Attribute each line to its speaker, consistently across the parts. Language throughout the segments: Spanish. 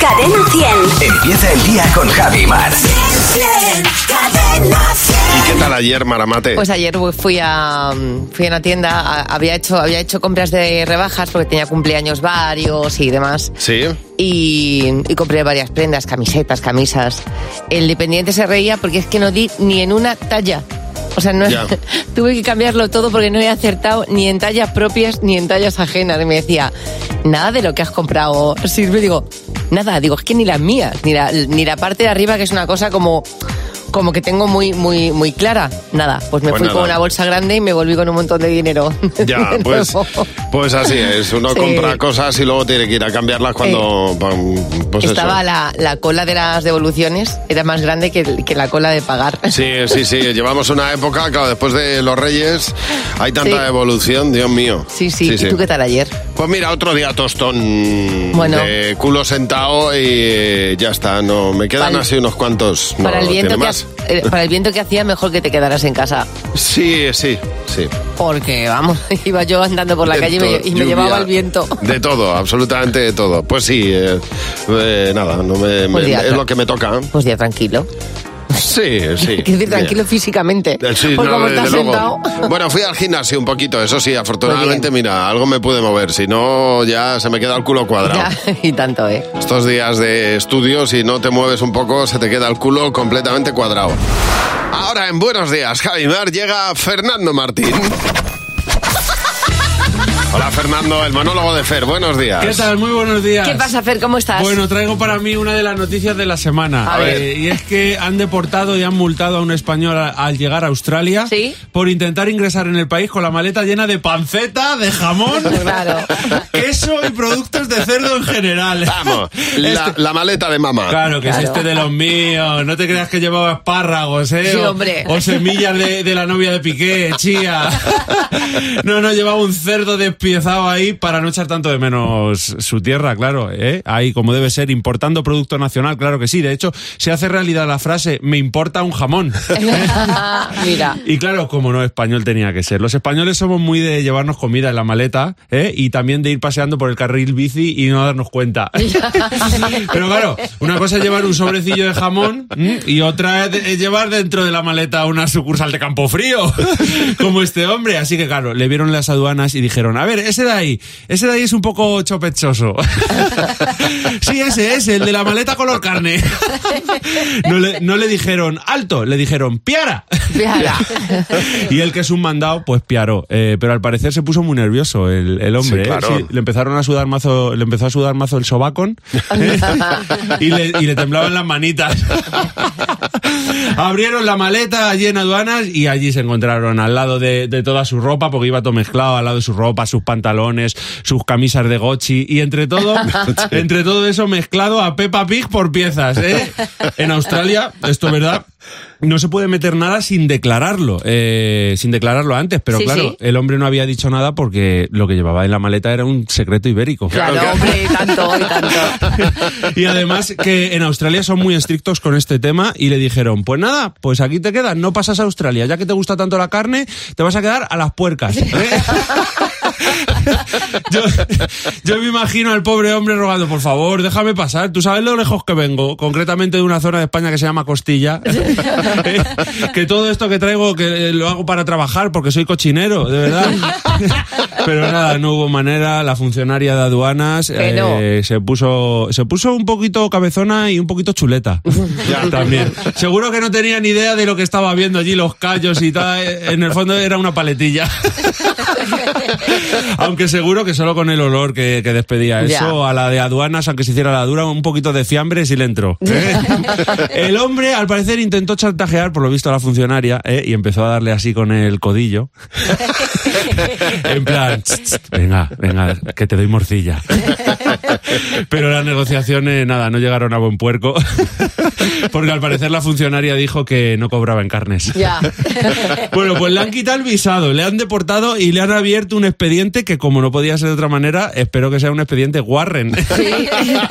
Speaker 1: Cadena 100.
Speaker 2: Empieza el día con Javi Mar.
Speaker 1: Cadena 100.
Speaker 3: ¿Y qué tal ayer, Maramate?
Speaker 4: Pues ayer fui a, mm, fui a una tienda, a- había hecho, había hecho compras de rebajas porque tenía cumpleaños varios y demás.
Speaker 3: sí.
Speaker 4: Y, y compré varias prendas, camisetas, camisas. El dependiente se reía porque es que no di ni en una talla. O sea, no,
Speaker 3: Ya.
Speaker 4: tuve que cambiarlo todo porque no he acertado ni en tallas propias ni en tallas ajenas. Y me decía, nada de lo que has comprado sirve. Digo, nada, digo, es que ni las mías, ni la, ni la parte de arriba, que es una cosa como, como que tengo muy, muy, muy clara. Nada, pues me
Speaker 3: Pues
Speaker 4: fui
Speaker 3: nada.
Speaker 4: con una bolsa grande y me volví con un montón de dinero.
Speaker 3: Ya,
Speaker 4: De
Speaker 3: pues,
Speaker 4: nuevo.
Speaker 3: pues así es. Uno
Speaker 4: Sí. Eh,
Speaker 3: compra cosas y luego tiene que ir a cambiarlas cuando. pam, Pues eso.
Speaker 4: Estaba la, la cola de las devoluciones, era más grande que, el- que la cola de pagar.
Speaker 3: Sí, sí, sí. Llevamos una época, claro, después de los Reyes hay tanta
Speaker 4: Sí.
Speaker 3: evolución, Dios mío.
Speaker 4: Sí, sí. ¿Y tú qué tal ayer?
Speaker 3: Pues mira, otro día tostón
Speaker 4: Bueno.
Speaker 3: de culo sentado y eh, ya está. No, me quedan
Speaker 4: Para-
Speaker 3: así unos cuantos. No,
Speaker 4: para, el viento
Speaker 3: tiene
Speaker 4: que,
Speaker 3: más.
Speaker 4: ha- eh, para el viento que hacía, mejor que te quedaras en casa.
Speaker 3: Sí, sí, sí.
Speaker 4: Porque, vamos, iba yo andando por la
Speaker 3: De
Speaker 4: calle y me,
Speaker 3: todo,
Speaker 4: y me
Speaker 3: lluvia,
Speaker 4: llevaba el viento.
Speaker 3: De todo, absolutamente de todo. Pues sí, eh, eh, nada, no me- me-
Speaker 4: Pues ya,
Speaker 3: es
Speaker 4: tra-
Speaker 3: lo que me toca.
Speaker 4: Pues ya tranquilo.
Speaker 3: Sí, sí.
Speaker 4: Quiero decir, tranquilo físicamente.
Speaker 3: Bien. Eh, sí,
Speaker 4: porque
Speaker 3: no,
Speaker 4: como
Speaker 3: desde
Speaker 4: estás
Speaker 3: luego.
Speaker 4: sentado.
Speaker 3: Bueno, fui al gimnasio un poquito, eso sí, afortunadamente,
Speaker 4: Muy
Speaker 3: mira, algo me pude mover, si no ya se me queda el culo cuadrado.
Speaker 4: Ya, y tanto, ¿eh?
Speaker 3: Estos días de estudio, si no te mueves un poco, se te queda el culo completamente cuadrado. Ahora en Buenos Días, Javi Mar, llega Fernando Martín. Hola Fernando, el monólogo de Fer, buenos días.
Speaker 5: ¿Qué tal? Muy buenos días.
Speaker 4: ¿Qué pasa, Fer? ¿Cómo estás?
Speaker 5: Bueno, traigo para mí una de las noticias de la semana.
Speaker 4: A ver.
Speaker 5: Eh, y es que han deportado y han multado a un español a- al llegar a Australia
Speaker 4: Sí.
Speaker 5: por intentar ingresar en el país con la maleta llena de panceta, de jamón,
Speaker 4: Claro.
Speaker 5: queso y productos de cerdo en general.
Speaker 3: Vamos, la,
Speaker 5: Este-
Speaker 3: la maleta de mamá.
Speaker 5: Claro, que
Speaker 4: Claro.
Speaker 5: es este de los míos. No te creas que llevaba espárragos, ¿eh?
Speaker 4: Sí,
Speaker 5: O-
Speaker 4: hombre.
Speaker 5: O, semillas de, de la novia de Piqué, chía. No, no, llevaba un cerdo despiezado ahí para no echar tanto de menos su tierra, claro, ¿eh? Ahí, como debe ser, importando producto nacional, claro que sí. De hecho, se hace realidad la frase, me importa un jamón.
Speaker 4: Mira.
Speaker 5: Y claro, como no español tenía que ser. Los españoles somos muy de llevarnos comida en la maleta ¿eh? y también de ir paseando por el carril bici y no darnos cuenta. Pero claro, una cosa es llevar un sobrecillo de jamón ¿m? y otra es, de- es llevar dentro de la maleta una sucursal de campo frío, como este hombre. Así que claro, le vieron las aduanas y dijeron, a ver, ese de ahí, ese de ahí es un poco chopechoso. sí, ese es, el de la maleta color carne. no, le, no le dijeron alto, le dijeron piara.
Speaker 4: Fíjala.
Speaker 5: Y el que es un mandado, pues piaró. Eh, pero al parecer se puso muy nervioso el, el hombre.
Speaker 3: Sí,
Speaker 5: ¿eh?
Speaker 3: claro.
Speaker 5: Sí, le empezaron a sudar mazo, le empezó a sudar mazo el sobacón y, le, y le temblaban las manitas. Abrieron la maleta allí en aduanas y allí se encontraron al lado de, de toda su ropa, porque iba todo mezclado, al lado de su ropa, sus pantalones, sus camisas de Gochi y entre todo, entre todo eso mezclado a Peppa Pig por piezas. ¿eh? En Australia, esto es verdad, no se puede meter nada sin declararlo, eh, sin declararlo antes, pero
Speaker 4: Sí,
Speaker 5: claro,
Speaker 4: sí.
Speaker 5: el hombre no había dicho nada porque lo que llevaba en la maleta era un secreto ibérico.
Speaker 4: Claro, hombre, y tanto, y tanto.
Speaker 5: Y además que en Australia son muy estrictos con este tema y le dijeron, pues nada, pues aquí te quedas, no pasas a Australia, ya que te gusta tanto la carne, te vas a quedar a las puercas. ¿eh? Yo, yo me imagino al pobre hombre rogando, por favor, déjame pasar. Tú sabes lo lejos que vengo, concretamente de una zona de España que se llama Costilla. ¿eh? Que todo esto que traigo que eh, lo hago para trabajar porque soy cochinero, de verdad. Pero nada, no hubo manera. La funcionaria de aduanas
Speaker 4: Que no.
Speaker 5: eh, se puso se puso un poquito cabezona y un poquito chuleta.
Speaker 3: Ya.
Speaker 5: También. Seguro que no tenía ni idea de lo que estaba viendo allí, los callos y tal. eh, En el fondo era una paletilla. Aunque seguro que solo con el olor que, que despedía
Speaker 4: Ya.
Speaker 5: eso, a la de aduanas, aunque se hiciera la dura, un poquito de fiambre sí le entró. ¿eh? el hombre, al parecer, intentó chantajear, por lo visto, a la funcionaria ¿eh? y empezó a darle así con el codillo. en plan, "Ch, ch, venga, venga, que te doy morcilla. Pero las negociaciones, nada, no llegaron a buen puerco. Porque al parecer la funcionaria dijo que no cobraba en carnes.
Speaker 4: Ya.
Speaker 5: Bueno, pues le han quitado el visado, le han deportado y le han han abierto un expediente que, como no podía ser de otra manera, espero que sea un expediente Warren.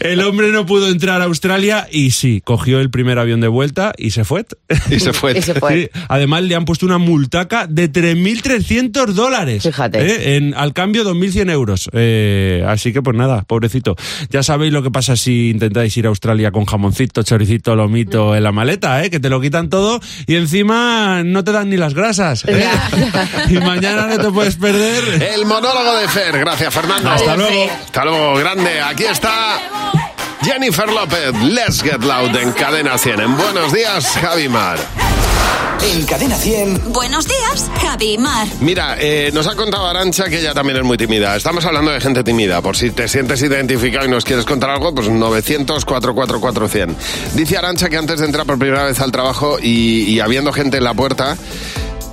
Speaker 5: el hombre no pudo entrar a Australia y sí, cogió el primer avión de vuelta y se fue.
Speaker 3: Y se fue.
Speaker 4: Y se fue.
Speaker 5: Sí, Además, le han puesto una multaca de 3.300 dólares.
Speaker 4: Fíjate.
Speaker 5: ¿eh? En, al cambio, 2.100 euros. Eh, así que, pues nada, pobrecito. Ya sabéis lo que pasa si intentáis ir a Australia con jamoncito, choricito, lomito en la maleta, ¿eh? que te lo quitan todo y encima no te dan ni las grasas. ¿eh? y mañana no te puedes perder.
Speaker 3: El monólogo de Fer. Gracias, Fernando.
Speaker 5: Hasta luego.
Speaker 3: Hasta luego, grande. Aquí está Jennifer López. Let's get loud en Cadena 100. En buenos días, Javi Mar.
Speaker 2: En Cadena 100.
Speaker 1: Buenos días, Javi y Mar.
Speaker 3: Mira, eh, nos ha contado Arancha que ella también es muy tímida. Estamos hablando de gente tímida. Por si te sientes identificado y nos quieres contar algo, pues 900-444-100. Dice Arancha que antes de entrar por primera vez al trabajo y, y habiendo gente en la puerta,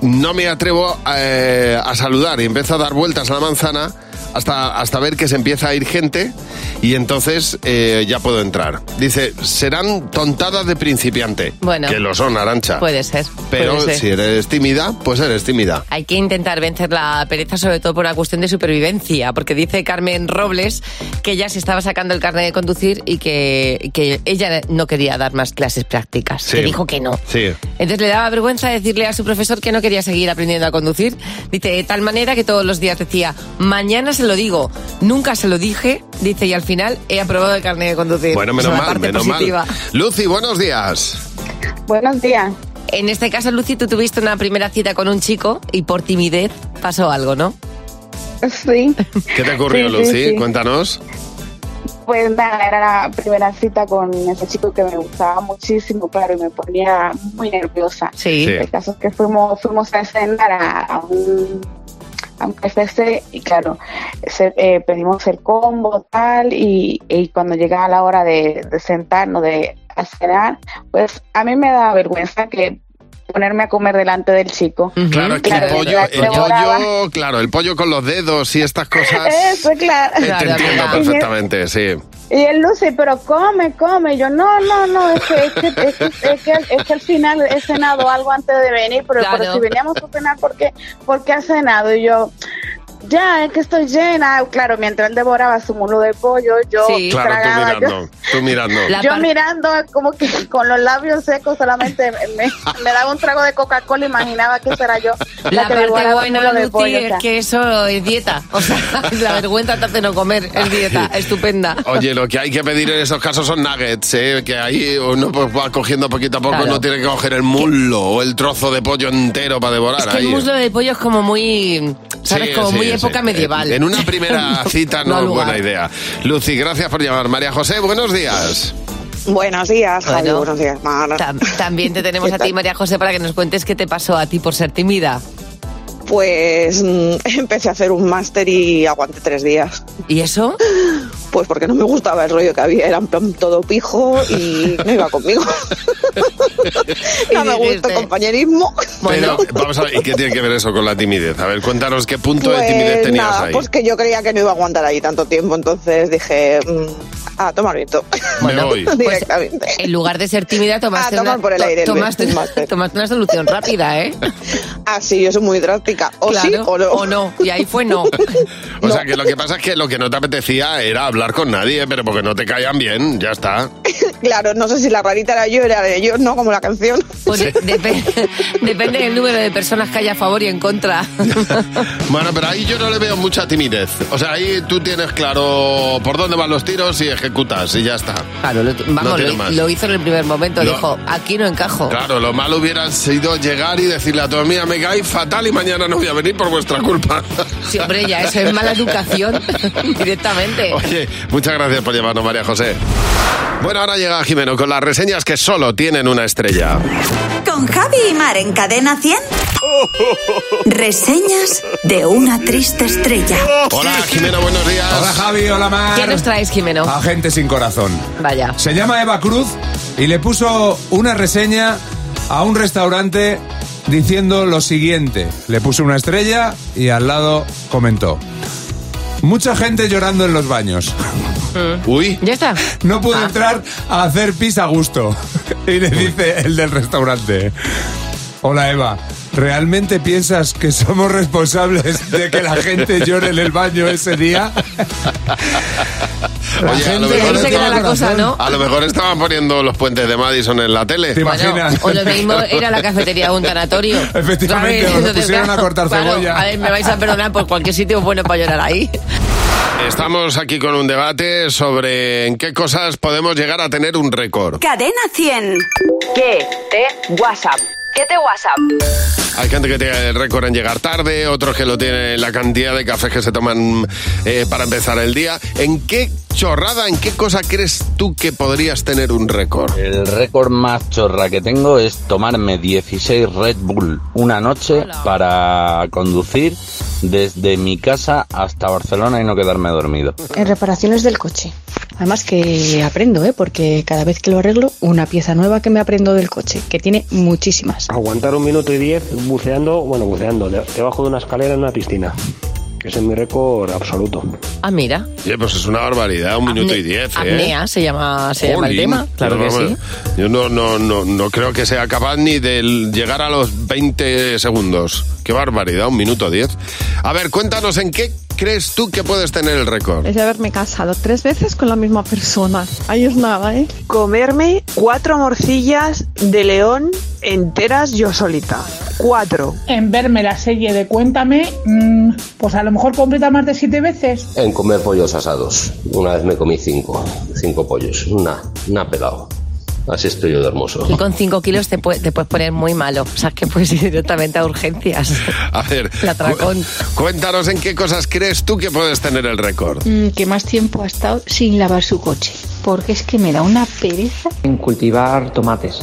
Speaker 3: no me atrevo eh, a saludar y empiezo a dar vueltas a la manzana hasta, hasta ver que se empieza a ir gente y entonces eh, ya puedo entrar. Dice, serán tontadas de principiante.
Speaker 4: Bueno.
Speaker 3: Que lo son, Arancha.
Speaker 4: Puede ser.
Speaker 3: Pero
Speaker 4: puede ser.
Speaker 3: si eres tímida, pues eres tímida.
Speaker 4: Hay que intentar vencer la pereza, sobre todo por una cuestión de supervivencia, porque dice Carmen Robles que ella se estaba sacando el carnet de conducir y que, que ella no quería dar más clases prácticas,
Speaker 3: Sí.
Speaker 4: que dijo que no.
Speaker 3: Sí.
Speaker 4: Entonces le daba vergüenza decirle a su profesor que no quería seguir aprendiendo a conducir. Dice, de tal manera que todos los días decía, mañana se lo digo, nunca se lo dije, dice, y al final he aprobado el carnet de conducir.
Speaker 3: Bueno,
Speaker 4: Esa
Speaker 3: menos
Speaker 4: es la
Speaker 3: mal,
Speaker 4: parte
Speaker 3: menos
Speaker 4: positiva.
Speaker 3: mal. Lucy, buenos días.
Speaker 6: Buenos días.
Speaker 4: En este caso, Lucy, tú tuviste una primera cita con un chico y por timidez pasó algo, ¿no?
Speaker 6: Sí,
Speaker 3: ¿Qué te ocurrió,
Speaker 6: Sí, sí,
Speaker 3: Lucy?
Speaker 6: sí.
Speaker 3: Cuéntanos.
Speaker 6: pues nada, era la primera cita con ese chico que me gustaba muchísimo, claro, y me ponía muy nerviosa.
Speaker 4: Sí.
Speaker 3: Sí.
Speaker 6: El caso es que fuimos, fuimos a cenar a, a un a un KFC y claro, se- eh, pedimos el combo tal y, y cuando llegaba la hora de, de sentarnos, de a cenar, pues a mí me da vergüenza que ponerme a comer delante del chico.
Speaker 4: Ujú.
Speaker 3: Claro, es que el
Speaker 6: Claro,
Speaker 3: pollo,
Speaker 6: la
Speaker 3: el
Speaker 6: cebada.
Speaker 3: pollo, claro, el pollo con los dedos y estas cosas.
Speaker 6: Eso, claro.
Speaker 3: Eh, Te
Speaker 4: Claro,
Speaker 3: entiendo
Speaker 4: mira.
Speaker 3: perfectamente, sí.
Speaker 6: Y él, Lucy, pero come, come. Y yo, no, no, no, es que, es que, es que, es que al- es que al final he cenado algo antes de venir, pero,
Speaker 4: Claro.
Speaker 6: pero si veníamos a cenar, ¿por qué, ¿por qué has cenado? Y yo, ya, es que estoy llena. Claro, mientras él devoraba su mulo de pollo, yo
Speaker 4: Sí.
Speaker 3: Claro, tú
Speaker 6: tragaba,
Speaker 3: mirando, tú mirando.
Speaker 4: La-
Speaker 6: yo, yo
Speaker 4: par-
Speaker 6: mirando como que con los labios secos solamente me, me daba un trago de Coca-Cola, imaginaba que será yo
Speaker 4: La
Speaker 6: que
Speaker 4: parte
Speaker 6: devoraba el
Speaker 4: buena,
Speaker 6: mulo de
Speaker 4: Lucy,
Speaker 6: pollo, o sea.
Speaker 4: es que eso es dieta. O sea, la vergüenza te hace no comer, es dieta, estupenda.
Speaker 3: Oye, lo que hay que pedir en esos casos son nuggets, ¿eh? que ahí uno pues, va cogiendo poquito a poco,
Speaker 4: Claro.
Speaker 3: no tiene que coger el muslo o el trozo de pollo entero para devorar.
Speaker 4: Es que el
Speaker 3: ahí.
Speaker 4: muslo de pollo es como muy, ¿sabes?
Speaker 3: Sí,
Speaker 4: como
Speaker 3: sí,
Speaker 4: muy
Speaker 3: sí.
Speaker 4: época medieval.
Speaker 3: En una primera cita no,
Speaker 4: da
Speaker 3: es
Speaker 4: lugar.
Speaker 3: buena idea. Lucy, gracias por llamar. María José, buenos días.
Speaker 7: Buenos días, Javi.
Speaker 4: Bueno.
Speaker 7: Buenos días, Mar.
Speaker 4: Tam- también te tenemos
Speaker 7: ¿Qué
Speaker 4: a ti,
Speaker 7: tal?
Speaker 4: María José, para que nos cuentes qué te pasó a ti por ser tímida.
Speaker 7: Pues mm, empecé a hacer un máster y aguanté tres días.
Speaker 4: ¿Y eso?
Speaker 7: Pues porque no me gustaba el rollo que había, era en plan todo pijo y no iba conmigo. no me gusta
Speaker 4: dijiste,
Speaker 7: el compañerismo.
Speaker 3: Pero vamos a ver, ¿y qué tiene que ver eso con la timidez? A ver, cuéntanos qué punto de timidez
Speaker 7: Pues
Speaker 3: tenías
Speaker 7: nada,
Speaker 3: ahí.
Speaker 7: pues que yo creía que no iba a aguantar ahí tanto tiempo, entonces dije, mm, a tomar viento.
Speaker 3: Me voy. Pues,
Speaker 7: Directamente.
Speaker 4: pues, en lugar de ser tímida, tomaste,
Speaker 7: A tomar
Speaker 4: una,
Speaker 7: por el
Speaker 4: to-
Speaker 7: aire el
Speaker 4: tomaste,
Speaker 7: máster.
Speaker 4: tomaste una solución rápida, ¿eh?
Speaker 7: Así, Ah, yo soy muy drástica. O sí
Speaker 4: Claro,
Speaker 7: o no.
Speaker 4: Y ahí fue no.
Speaker 3: O sea, que lo que pasa es que lo que no te apetecía era hablar con nadie, pero porque no te caían bien, ya está.
Speaker 7: Claro, no sé si la rarita era yo, era de yo, no, como la canción.
Speaker 4: Pues depe- depende del número de personas que haya a favor y en contra.
Speaker 3: Bueno, pero ahí yo no le veo mucha timidez. O sea, ahí tú tienes claro por dónde van los tiros y ejecutas y ya está.
Speaker 4: Claro, lo, vamos,
Speaker 3: tiene
Speaker 4: lo,
Speaker 3: más.
Speaker 4: lo hizo en el primer momento.
Speaker 3: No.
Speaker 4: Dijo, aquí no encajo.
Speaker 3: Claro, lo malo hubiera sido llegar y decirle a todos, mira, me caí fatal y mañana no voy a venir por vuestra culpa.
Speaker 4: Sí, hombre, ya eso es mala educación directamente.
Speaker 3: Oye, muchas gracias por llamarnos, María José. Bueno, ahora llega Jimeno con las reseñas que solo tienen una estrella.
Speaker 1: Con Javi y Mar en Cadena 100. Reseñas de una triste estrella.
Speaker 3: Hola, Jimeno, buenos días.
Speaker 8: Hola Javi, hola Mar.
Speaker 4: ¿Qué nos traes, Jimeno?
Speaker 3: Ah.
Speaker 8: A gente sin corazón.
Speaker 4: Vaya.
Speaker 8: Se llama Eva Cruz y le puso una reseña a un restaurante diciendo lo siguiente. Le puso una estrella y al lado comentó. Mucha gente llorando en los baños.
Speaker 3: Uy,
Speaker 4: Ya está.
Speaker 8: No puedo entrar a hacer pis a gusto. Y le dice el del restaurante. Hola Eva, ¿realmente piensas que somos responsables de que la gente llore en el baño ese día? La
Speaker 3: Oye, a lo,
Speaker 8: gente
Speaker 3: mejor
Speaker 4: Ahí se queda
Speaker 3: estaban-
Speaker 4: la cosa, ¿no?
Speaker 3: a lo mejor estaban poniendo los puentes de Madison en la tele.
Speaker 8: ¿Te
Speaker 4: Bueno,
Speaker 8: imaginas?
Speaker 4: o lo mismo era la cafetería o un tanatorio.
Speaker 8: Efectivamente,
Speaker 4: ¿Sabes?
Speaker 8: o nos pusieron a cortar
Speaker 4: claro,
Speaker 8: cebolla.
Speaker 4: a ver, me vais a perdonar por cualquier sitio es bueno para llorar ahí.
Speaker 3: Estamos aquí con un debate sobre en qué cosas podemos llegar a tener un récord.
Speaker 1: Cadena 100.
Speaker 9: ¿Qué te WhatsApp? ¿Qué te WhatsApp?
Speaker 3: Hay gente que tiene el récord en llegar tarde, otros que lo tienen en la cantidad de cafés que se toman eh, para empezar el día. ¿En qué chorrada, en qué cosa crees tú que podrías tener un récord?
Speaker 10: El récord más chorra que tengo es tomarme 16 Red Bull una noche para conducir desde mi casa hasta Barcelona y no quedarme dormido.
Speaker 11: En reparaciones del coche. Además que aprendo, ¿eh? porque cada vez que lo arreglo, una pieza nueva que me aprendo del coche, que tiene muchísimas.
Speaker 12: Aguantar un minuto y diez buceando, bueno, buceando, de- debajo de una escalera en una piscina. Que ese es mi récord absoluto.
Speaker 4: Ah, mira.
Speaker 3: Oye, pues es una barbaridad, un minuto
Speaker 4: Apne-
Speaker 3: y diez. ¿eh?
Speaker 4: Apnea se llama, se llama el
Speaker 3: Jolín.
Speaker 4: tema. Claro que
Speaker 3: Pero
Speaker 4: sí.
Speaker 3: vamos, Yo no, no, no, no creo que sea capaz ni de llegar a los 20 segundos. Qué barbaridad, un minuto 10. A ver, cuéntanos en qué crees tú que puedes tener el récord.
Speaker 13: Es haberme casado tres veces con la misma persona. Ahí es nada, ¿eh?
Speaker 7: Comerme cuatro morcillas de león enteras yo solita. Cuatro.
Speaker 14: En verme la serie de Cuéntame, mm, pues a lo mejor completa más de siete veces.
Speaker 15: En comer pollos asados. Una vez me comí cinco. Cinco pollos. Una, una pelado. Así estoy yo de hermoso.
Speaker 4: Y con 5 kilos te, pue- te puedes poner muy malo. O sea, que puedes ir directamente a urgencias.
Speaker 3: A ver,
Speaker 4: El atracón.
Speaker 3: cu- cuéntanos en qué cosas crees tú que puedes tener el récord.
Speaker 11: Mm, que más tiempo ha estado sin lavar su coche, porque es que me da una pereza.
Speaker 16: en cultivar tomates.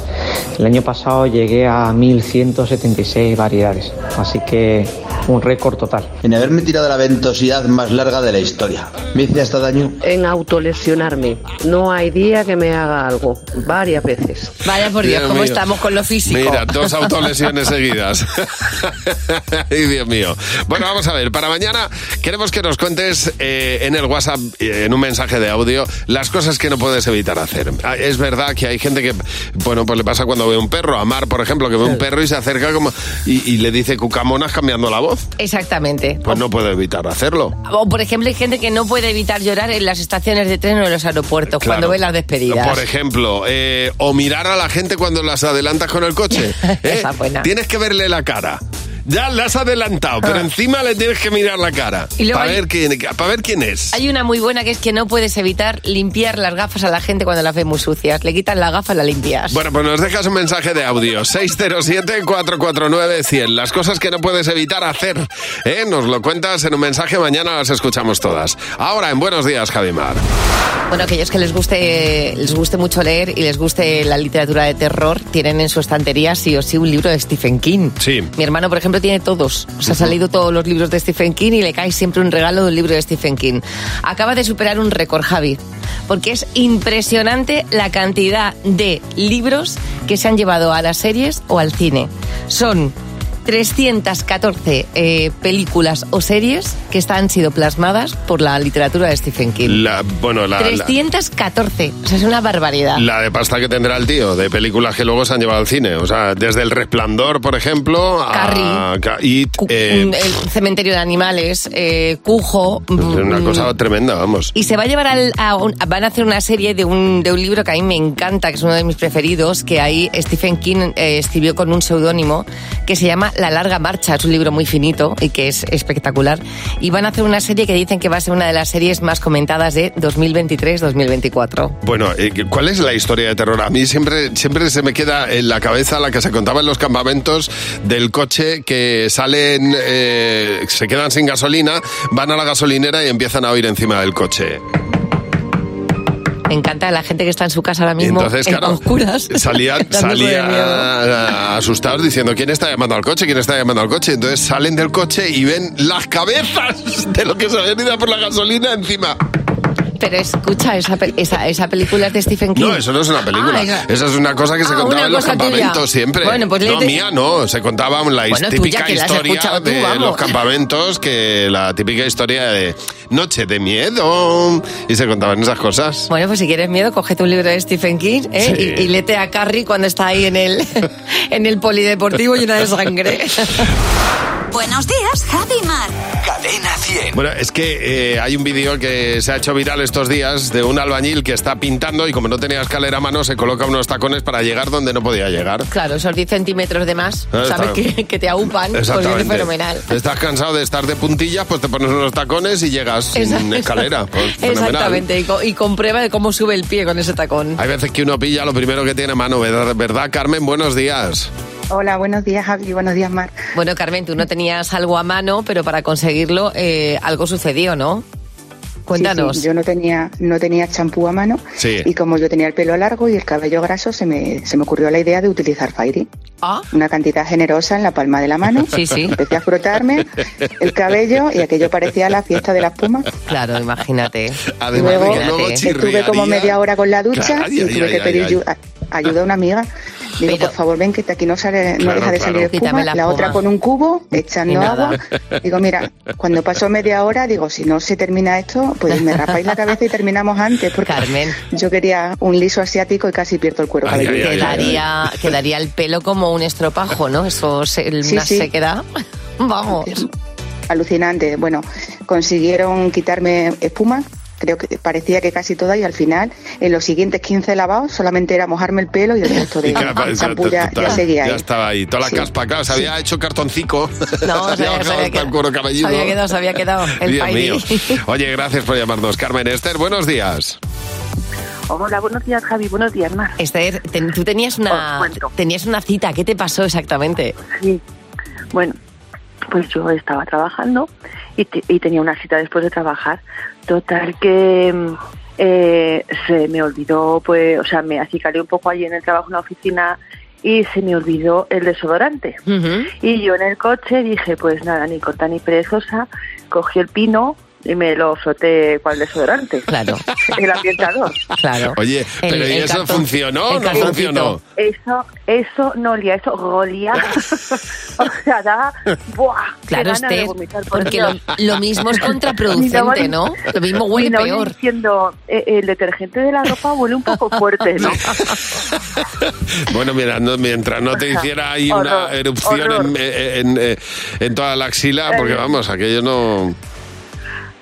Speaker 16: El año pasado llegué a 1176 variedades, así que un récord total.
Speaker 17: En haberme tirado la ventosidad más larga de la historia. Me hice hasta daño.
Speaker 18: En autolesionarme. No hay día que me haga algo. Varias veces.
Speaker 4: Vaya por Dios,
Speaker 3: Dios
Speaker 4: ¿cómo
Speaker 3: mío.
Speaker 4: estamos con lo físico?
Speaker 3: Mira, dos autolesiones seguidas. Ay, Dios mío. Bueno, vamos a ver. Para mañana queremos que nos cuentes eh, en el WhatsApp, eh, en un mensaje de audio, las cosas que no puedes evitar hacer. Ah, Es verdad que hay gente que, bueno, pues le pasa cuando ve un perro. A Mar, por ejemplo, que ve un perro y se acerca como y, y le dice cucamonas cambiando la voz.
Speaker 4: Exactamente.
Speaker 3: Pues no puede evitar hacerlo.
Speaker 4: O, por ejemplo, hay gente que no puede evitar llorar en las estaciones de tren o en los aeropuertos
Speaker 3: Claro.
Speaker 4: cuando ve las despedidas.
Speaker 3: Por ejemplo, eh, o mirar a la gente cuando las adelantas con el coche. ¿eh?
Speaker 4: Esa es buena.
Speaker 3: Tienes que verle la cara. Ya las has adelantado, pero
Speaker 4: Ah.
Speaker 3: encima le tienes que mirar la cara.
Speaker 4: Y luego
Speaker 3: Para
Speaker 4: hay-
Speaker 3: ver, quién, para ver quién es.
Speaker 4: Hay una muy buena que es que no puedes evitar limpiar las gafas a la gente cuando las ves muy sucias. Le quitas las gafas, la limpias.
Speaker 3: Bueno, pues nos dejas un mensaje de audio. 607-449-100. Las cosas que no puedes evitar hacer. ¿eh? Nos lo cuentas en un mensaje. Mañana las escuchamos todas. Ahora, en Buenos Días, Javimar.
Speaker 4: Bueno, aquellos que les guste, les guste mucho leer y les guste la literatura de terror, tienen en su estantería sí o sí un libro de Stephen King.
Speaker 3: Sí.
Speaker 4: Mi hermano, por ejemplo, tiene todos. O sea, ha salido todos los libros de Stephen King y le cae siempre un regalo de un libro de Stephen King. Acaba de superar un récord, Javi, porque es impresionante la cantidad de libros que se han llevado a las series o al cine. Son 314 eh, películas o series que están- han sido plasmadas por la literatura de Stephen King.
Speaker 3: La, bueno, la, la-
Speaker 4: 314. O sea, es una barbaridad.
Speaker 3: la de pasta que tendrá el tío, de películas que luego se han llevado al cine. O sea, desde El Resplandor, por ejemplo, a Ca- It, eh, Pues
Speaker 4: Mm, El cementerio de animales, eh, Cujo.
Speaker 3: Es
Speaker 4: mm,
Speaker 3: una cosa tremenda, vamos.
Speaker 4: Y se va a llevar al, a un- van a hacer una serie de un, de un libro que a mí me encanta, que es uno de mis preferidos, que ahí Stephen King eh, escribió con un seudónimo que se llama La larga marcha. Es un libro muy finito y que es espectacular. Y van a hacer una serie que dicen que va a ser una de las series más comentadas de 2023-2024.
Speaker 3: Bueno, eh, ¿cuál es la historia de terror? A mí siempre, siempre se me queda en la cabeza la que se contaba en los campamentos del coche que salen, eh, se quedan sin gasolina, van a la gasolinera y empiezan a oír encima del coche.
Speaker 4: Me encanta la gente que está en su casa ahora
Speaker 3: Y
Speaker 4: mismo
Speaker 3: entonces,
Speaker 4: en-
Speaker 3: claro,
Speaker 4: a oscuras.
Speaker 3: salían,
Speaker 4: dándose de miedo.
Speaker 3: salían asustados diciendo, ¿quién está llamando al coche? ¿Quién está llamando al coche? Entonces salen del coche y ven las cabezas de lo que se habían ido por la gasolina encima.
Speaker 4: Pero escucha, esa, pe- esa, esa película es de Stephen King.
Speaker 3: No, eso no es una película.
Speaker 4: Ah, esa-
Speaker 3: Esa es una cosa que se
Speaker 4: Ah,
Speaker 3: contaba
Speaker 4: una
Speaker 3: en los
Speaker 4: cosa tuya.
Speaker 3: campamentos siempre.
Speaker 4: Bueno, pues
Speaker 3: no,
Speaker 4: léete-
Speaker 3: mía no. Se contaba la
Speaker 4: Bueno,
Speaker 3: típica
Speaker 4: tuya, que la has
Speaker 3: historia
Speaker 4: escuchado tú,
Speaker 3: de
Speaker 4: vamos.
Speaker 3: los campamentos, que la típica historia de Noche de miedo. Y se contaban esas cosas.
Speaker 4: Bueno, pues si quieres miedo, cógete un libro de Stephen King ¿eh?
Speaker 3: Sí.
Speaker 4: y, y lete a Carrie cuando está ahí en el, en el polideportivo llena de sangre.
Speaker 1: Buenos días, Javi y Mar. Cadena 100.
Speaker 3: Bueno, es que eh, hay un vídeo que se ha hecho viral estos días de un albañil que está pintando y como no tenía escalera a mano se coloca unos tacones para llegar donde no podía llegar.
Speaker 4: Claro, esos 10 centímetros de más,
Speaker 3: Ah,
Speaker 4: sabes
Speaker 3: está.
Speaker 4: que, que te aupan, pues viene
Speaker 3: Exactamente.
Speaker 4: fenomenal.
Speaker 3: Estás cansado de estar de puntillas, pues te pones unos tacones y llegas sin
Speaker 4: Exacto.
Speaker 3: escalera. Pues, fenomenal.
Speaker 4: Exactamente, y, co- y comprueba de cómo sube el pie con ese tacón.
Speaker 3: Hay veces que uno pilla lo primero que tiene a mano, ¿verdad, ¿Verdad, Carmen? Buenos días.
Speaker 4: Hola, buenos días Javi, buenos días Mar. Bueno, Carmen, tú no tenías algo a mano, pero para conseguirlo eh, algo sucedió, ¿no? Cuéntanos.
Speaker 11: Sí, sí, yo no tenía, no tenía champú a mano
Speaker 3: Sí.
Speaker 11: y como yo tenía el pelo largo y el cabello graso, se me, se me ocurrió la idea de utilizar Fairy.
Speaker 4: Ah,
Speaker 11: Una cantidad generosa en la palma de la mano.
Speaker 4: Sí, sí.
Speaker 11: Empecé a frotarme el cabello y aquello parecía la fiesta de la espuma.
Speaker 4: Claro, imagínate.
Speaker 11: Además de que Luego- luego Estuve como media hora con la ducha
Speaker 4: Ay,
Speaker 11: y
Speaker 4: ay,
Speaker 11: tuve
Speaker 4: ay,
Speaker 11: que
Speaker 4: ay,
Speaker 11: pedir
Speaker 4: ay.
Speaker 11: ayu- a- ayuda a una amiga. Digo, por favor, ven que aquí no sale, no
Speaker 4: Claro,
Speaker 11: deja de
Speaker 4: claro.
Speaker 11: salir
Speaker 4: Quítame
Speaker 11: espuma.
Speaker 4: la
Speaker 11: La,
Speaker 4: espuma.
Speaker 11: otra con un cubo,
Speaker 4: Y
Speaker 11: echando
Speaker 4: nada.
Speaker 11: agua. Digo, mira, cuando pasó media hora, digo, si no se termina esto, pues me rapáis la cabeza y terminamos antes. Porque yo quería un liso asiático y casi pierdo el cuero cabelludo.
Speaker 4: quedaría, quedaría el pelo como un estropajo, ¿no? Eso, se, el-
Speaker 11: Sí,
Speaker 4: una
Speaker 11: sí.
Speaker 4: sequedad. Vamos.
Speaker 11: alucinante. Bueno, consiguieron quitarme espuma, creo que parecía que casi toda, y al final, en los siguientes 15 lavados, solamente era mojarme el pelo y el resto de
Speaker 3: Y claro, pues,
Speaker 11: champú
Speaker 3: ya-
Speaker 11: ya,
Speaker 3: ya-
Speaker 11: ya seguía
Speaker 3: ya
Speaker 11: ahí.
Speaker 3: estaba ahí. Toda la caspa, claro, se había hecho cartoncico.
Speaker 4: No, se había- se había
Speaker 3: bajado hasta el cuero cabelludo.
Speaker 4: había quedado, se había quedado el
Speaker 3: Dios
Speaker 4: Fairy.
Speaker 3: mío. Oye, gracias por llamarnos, Carmen. Esther, buenos días.
Speaker 4: Hola, buenos días, Javi. Buenos días, Mar. Esther, ten- tú tenías una, tenías una cita. ¿Qué te pasó exactamente?
Speaker 19: Sí. Bueno, pues yo estaba trabajando y, te- y tenía una cita después de trabajar. Total que mm, eh, se me olvidó, pues, o sea, me acicalé un poco allí en el trabajo en la oficina y se me olvidó el desodorante. Y yo en el coche dije, pues nada, ni corta ni perezosa, cogí el pino y me lo froté con el desodorante.
Speaker 4: Claro.
Speaker 19: El ambientador.
Speaker 4: Claro.
Speaker 3: Oye,
Speaker 19: El-
Speaker 3: pero ¿y
Speaker 19: el
Speaker 3: eso
Speaker 19: cartón-
Speaker 3: funcionó
Speaker 19: el
Speaker 3: o no
Speaker 19: cartoncito.
Speaker 3: funcionó?
Speaker 19: Eso, eso no olía, eso golía. o sea, da. ¡Buah! qué
Speaker 4: Claro,
Speaker 19: gana de
Speaker 4: Esther,
Speaker 19: vomitar, por
Speaker 4: porque lo,
Speaker 19: Dios.
Speaker 4: lo mismo es
Speaker 19: Mi novio-
Speaker 4: contraproducente, ¿no? Lo mismo huele
Speaker 19: mi novio
Speaker 4: peor.
Speaker 19: diciendo, "Eh, el detergente de la ropa huele un poco fuerte, ¿no?
Speaker 3: Bueno, mira, no- mientras no te
Speaker 19: O sea,
Speaker 3: hiciera ahí
Speaker 19: horror,
Speaker 3: una erupción en, eh, en- en- en toda la axila, porque
Speaker 19: Eh.
Speaker 3: vamos, aquello no...